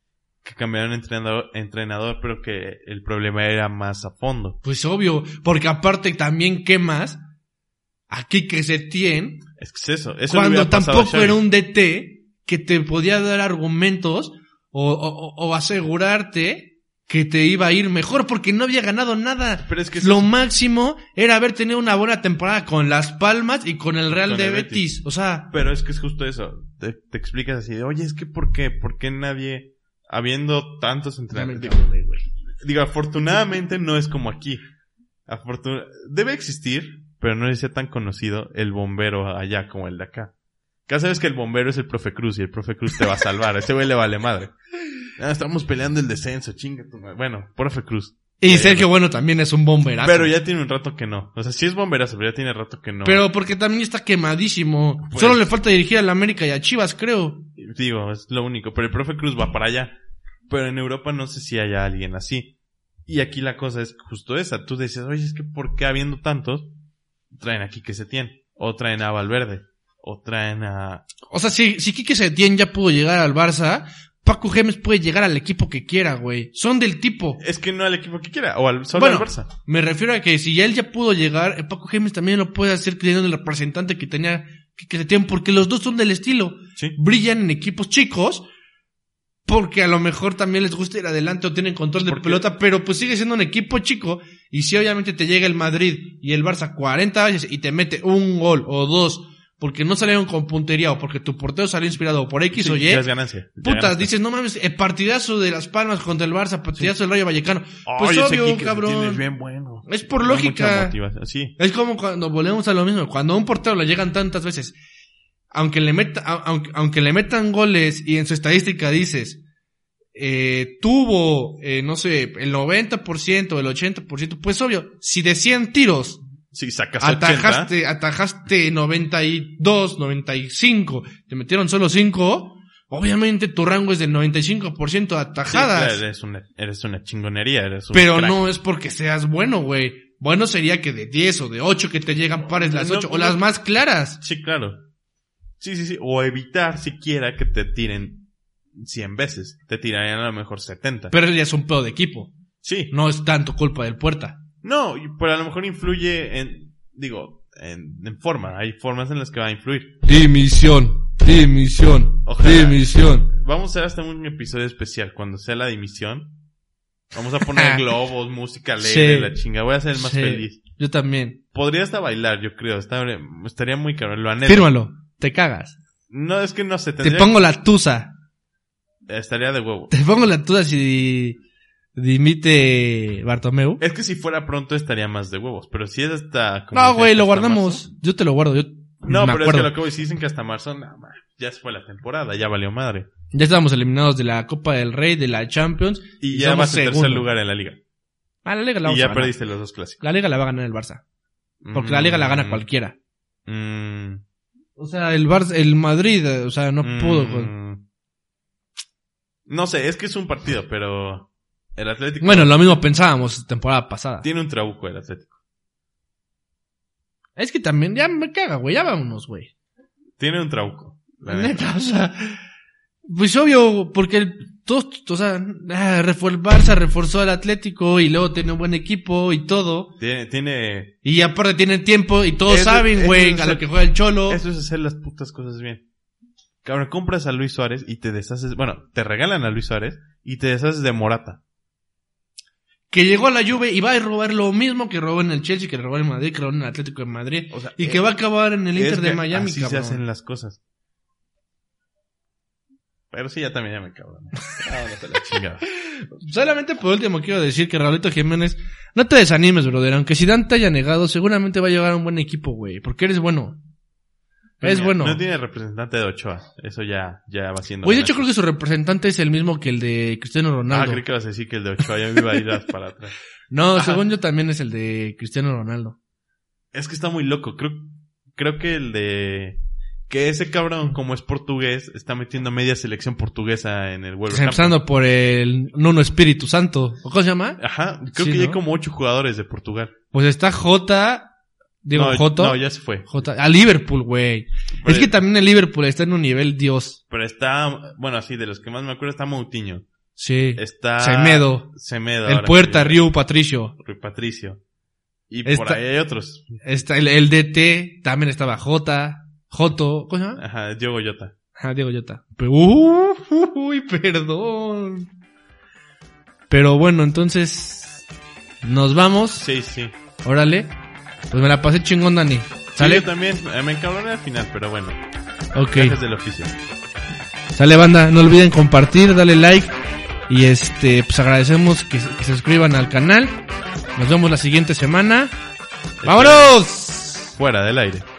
Speaker 2: que cambiaron entrenador, entrenador, pero que el problema era más a fondo.
Speaker 1: Pues obvio, porque aparte también quemas a Quique Setién
Speaker 2: Es que es eso. Eso le
Speaker 1: cuando
Speaker 2: hubiera pasado a
Speaker 1: tampoco
Speaker 2: Xavi.
Speaker 1: era un DT que te podía dar argumentos o, o- o asegurarte que te iba a ir mejor porque no había ganado nada.
Speaker 2: Pero es que es
Speaker 1: Lo
Speaker 2: eso.
Speaker 1: máximo era haber tenido una buena temporada con Las Palmas y con el Real
Speaker 2: Con
Speaker 1: de
Speaker 2: el
Speaker 1: Betis.
Speaker 2: Betis.
Speaker 1: O sea,
Speaker 2: Pero es que es justo eso. Te, te explicas así de, oye, es que ¿por qué? ¿Por qué nadie, habiendo tantos entrenadores? Digo, digo, afortunadamente no es como aquí. Afortuna- Debe existir, pero no es tan conocido el bombero allá como el de acá. Ya sabes que el bombero es el profe Cruz y el profe Cruz te va a salvar. A ese güey le vale madre. <laughs> Ah, estamos peleando el descenso, chinga tu madre. Ah, Bueno, profe Cruz.
Speaker 1: y Sergio Bueno también es un bomberazo.
Speaker 2: Pero ya tiene un rato que no. O sea, sí es bomberazo, pero ya tiene rato que no.
Speaker 1: Pero porque también está quemadísimo.
Speaker 2: Pues-
Speaker 1: Solo le falta dirigir al América y a Chivas, creo.
Speaker 2: Digo, es lo único. Pero el profe Cruz va para allá. Pero en Europa no sé si haya alguien así. Y aquí la cosa es justo esa. Tú dices, oye, es que ¿por qué habiendo tantos? Traen aquí que se tienen. O traen a Valverde. O traen a...
Speaker 1: O sea, si, si Quique Setién ya pudo llegar al Barça, Paco Gemes puede llegar al equipo que quiera, güey. Son del tipo.
Speaker 2: Es que no al equipo que quiera. O al, solo
Speaker 1: Bueno.
Speaker 2: al Barça.
Speaker 1: Me refiero a que si ya él ya pudo llegar, eh, Paco Gemes también lo puede hacer teniendo el representante que tenía Quique Setién, porque los dos son del estilo.
Speaker 2: Sí.
Speaker 1: Brillan en equipos chicos, porque a lo mejor también les gusta ir adelante o tienen control de
Speaker 2: Porque-
Speaker 1: pelota, pero pues sigue siendo un equipo chico. Y si obviamente te llega el Madrid y el Barça 40 veces y te mete un gol o dos, porque no salieron con puntería o porque tu portero salió inspirado o por X
Speaker 2: Sí,
Speaker 1: o Y.
Speaker 2: ya es ganancia. Ya pues.
Speaker 1: Putas,
Speaker 2: ganaste.
Speaker 1: dices, no mames, eh, partidazo de Las Palmas contra el Barça, partidazo del Rayo Vallecano. Pues
Speaker 2: Ay, ese
Speaker 1: obvio,
Speaker 2: Quique
Speaker 1: cabrón.
Speaker 2: Setién Es bien bueno.
Speaker 1: Es por
Speaker 2: Da mucha
Speaker 1: lógica.
Speaker 2: motivación. Sí.
Speaker 1: Es como cuando volvemos a lo mismo. Cuando a un portero le llegan tantas veces, aunque le, meta, a- aunque, aunque le metan goles y en su estadística dices, eh, tuvo, eh, no sé, el 90% o el 80%, pues obvio, si de 100 tiros
Speaker 2: Si sacas 80.
Speaker 1: atajaste, atajaste 92, 95, te metieron solo 5, obviamente tu rango es del 95% de
Speaker 2: sí,
Speaker 1: atajadas.
Speaker 2: claro, eres, una, eres una chingonería. Eres un
Speaker 1: Pero
Speaker 2: crack.
Speaker 1: no es porque seas bueno, güey. Bueno sería que de 10 o de 8 que te llegan pares las
Speaker 2: No,
Speaker 1: 8 o
Speaker 2: no.
Speaker 1: las más claras.
Speaker 2: Sí, claro. Sí, sí, sí. O evitar siquiera que te tiren 100 veces. Te tirarían a lo mejor 70.
Speaker 1: Pero ya es un pedo de equipo.
Speaker 2: sí.
Speaker 1: No es tanto culpa del puerta.
Speaker 2: No, y- pero a lo mejor influye en, digo, en, en forma. Hay formas en las que va a influir.
Speaker 1: Dimisión, dimisión,
Speaker 2: Ojalá.
Speaker 1: dimisión.
Speaker 2: Vamos a hacer hasta un episodio especial cuando sea la dimisión. Vamos
Speaker 1: <laughs>
Speaker 2: a poner globos, música alegre,
Speaker 1: Sí.
Speaker 2: la chinga. Voy a ser el más
Speaker 1: Sí,
Speaker 2: feliz.
Speaker 1: Yo también.
Speaker 2: Podría hasta bailar, yo creo. Está- estaría muy cabrón. Lo anhelo.
Speaker 1: Fírmalo. Te cagas.
Speaker 2: No, es que no sé.
Speaker 1: Te
Speaker 2: Tendría,
Speaker 1: pongo la tusa.
Speaker 2: Estaría de huevo.
Speaker 1: Te pongo la tusa si dimite Bartomeu.
Speaker 2: Es que si fuera pronto estaría más de huevos. Pero si es hasta... como
Speaker 1: No,
Speaker 2: que
Speaker 1: güey, lo
Speaker 2: hasta
Speaker 1: guardamos.
Speaker 2: marzo.
Speaker 1: Yo te lo guardo. Yo
Speaker 2: No,
Speaker 1: me acuerdo.
Speaker 2: pero es que lo que voy a decir dicen que hasta marzo... no, ma, ya se fue la temporada. Ya valió madre.
Speaker 1: Ya estábamos eliminados de la Copa del Rey, de la Champions.
Speaker 2: Y ya
Speaker 1: somos
Speaker 2: vas en tercer
Speaker 1: segundo.
Speaker 2: lugar en la liga.
Speaker 1: Ah, la Liga la
Speaker 2: Y
Speaker 1: vamos a
Speaker 2: ya
Speaker 1: ganar.
Speaker 2: perdiste los dos clásicos.
Speaker 1: La Liga la va a ganar el Barça. Porque la Liga la gana
Speaker 2: Mm,
Speaker 1: cualquiera.
Speaker 2: mm,
Speaker 1: O sea, el Barça, el Madrid, eh, o sea, no
Speaker 2: mm.
Speaker 1: pudo. con-
Speaker 2: No sé, es que es un partido, pero... El Atlético...
Speaker 1: Bueno, lo mismo pensábamos temporada pasada.
Speaker 2: Tiene un trabuco el Atlético.
Speaker 1: Es que también, ya me caga, güey, ya vámonos, güey.
Speaker 2: Tiene un trabuco.
Speaker 1: <laughs>
Speaker 2: la neta.
Speaker 1: Neta, o sea, pues obvio, porque el, todos, o sea, ah, refor- el Barça reforzó al Atlético y luego tiene un buen equipo y todo.
Speaker 2: Tiene... tiene...
Speaker 1: Y aparte tienen tiempo y todos
Speaker 2: Eso-
Speaker 1: saben,
Speaker 2: eso
Speaker 1: güey,
Speaker 2: es
Speaker 1: a
Speaker 2: el-
Speaker 1: lo que juega el Cholo.
Speaker 2: Eso es hacer las putas cosas bien. Cabrón, compras a Luis Suárez y te deshaces. Bueno, te regalan a Luis Suárez y te deshaces de Morata.
Speaker 1: Que llegó a la Juve y va a robar lo mismo que robó en el Chelsea, que robó en el Madrid, que robó en el Atlético de Madrid.
Speaker 2: O sea,
Speaker 1: Y
Speaker 2: eh,
Speaker 1: que va a acabar en el
Speaker 2: es
Speaker 1: Inter de
Speaker 2: que
Speaker 1: Miami,
Speaker 2: así
Speaker 1: cabrón.
Speaker 2: se hacen las cosas. Pero sí, ya también ya
Speaker 1: <laughs>
Speaker 2: me cabrón. Vámonos a la chingada.
Speaker 1: Solamente por último quiero decir que Raulito Jiménez, no te desanimes, brother. Aunque Zidane te haya negado, seguramente va a llegar a un buen equipo, güey. Porque eres bueno. Es
Speaker 2: Mira,
Speaker 1: bueno.
Speaker 2: No tiene representante de Ochoa. Eso ya, ya va siendo.
Speaker 1: Güey, de
Speaker 2: ganancia.
Speaker 1: hecho creo que su representante es el mismo que el de Cristiano
Speaker 2: Ah,
Speaker 1: Ronaldo.
Speaker 2: creí que vas a decir que el de Ochoa ya me iba a ir hasta para atrás.
Speaker 1: No,
Speaker 2: Ajá.
Speaker 1: según yo también es el de Cristiano Ronaldo.
Speaker 2: Es que está muy loco. Creo, creo que el de. Que ese cabrón, como es portugués, está metiendo media selección portuguesa en el Wolverhampton.
Speaker 1: Empezando por el Nuno Espíritu Santo. ¿O ¿Cómo se llama?
Speaker 2: Ajá, creo
Speaker 1: Sí,
Speaker 2: que ya hay
Speaker 1: ¿no?
Speaker 2: como ocho jugadores de Portugal.
Speaker 1: Pues está J. Digo,
Speaker 2: no,
Speaker 1: Joto.
Speaker 2: no, ya se fue.
Speaker 1: Jota- a Liverpool, güey.
Speaker 2: Pero,
Speaker 1: Es que también el Liverpool está en un nivel dios.
Speaker 2: pero está, bueno, así, de los que más me acuerdo está Moutinho.
Speaker 1: Sí.
Speaker 2: Está...
Speaker 1: Semedo.
Speaker 2: Semedo.
Speaker 1: el
Speaker 2: ahora
Speaker 1: Puerta,
Speaker 2: que-
Speaker 1: Río Patricio.
Speaker 2: Rui Patricio. Y por
Speaker 1: Está-
Speaker 2: ahí hay otros.
Speaker 1: Está el, el DT, también estaba Jota, Joto, ¿cómo se llama?
Speaker 2: Ajá, Diogo Jota.
Speaker 1: Ah, Diego Jota. Pero- uh, <laughs> uy, perdón. Pero bueno, entonces nos vamos.
Speaker 2: Sí, sí.
Speaker 1: Órale. Pues me la pasé chingón, Dani.
Speaker 2: Sí,
Speaker 1: ¿Sale?
Speaker 2: yo también eh, me encabroné al final, pero bueno.
Speaker 1: ok.
Speaker 2: Cajas del oficio.
Speaker 1: Sale banda, no olviden compartir, darle like y este pues agradecemos que, se- que se suscriban al canal. Nos vemos la siguiente semana. ¡Vámonos!
Speaker 2: Fuera del aire.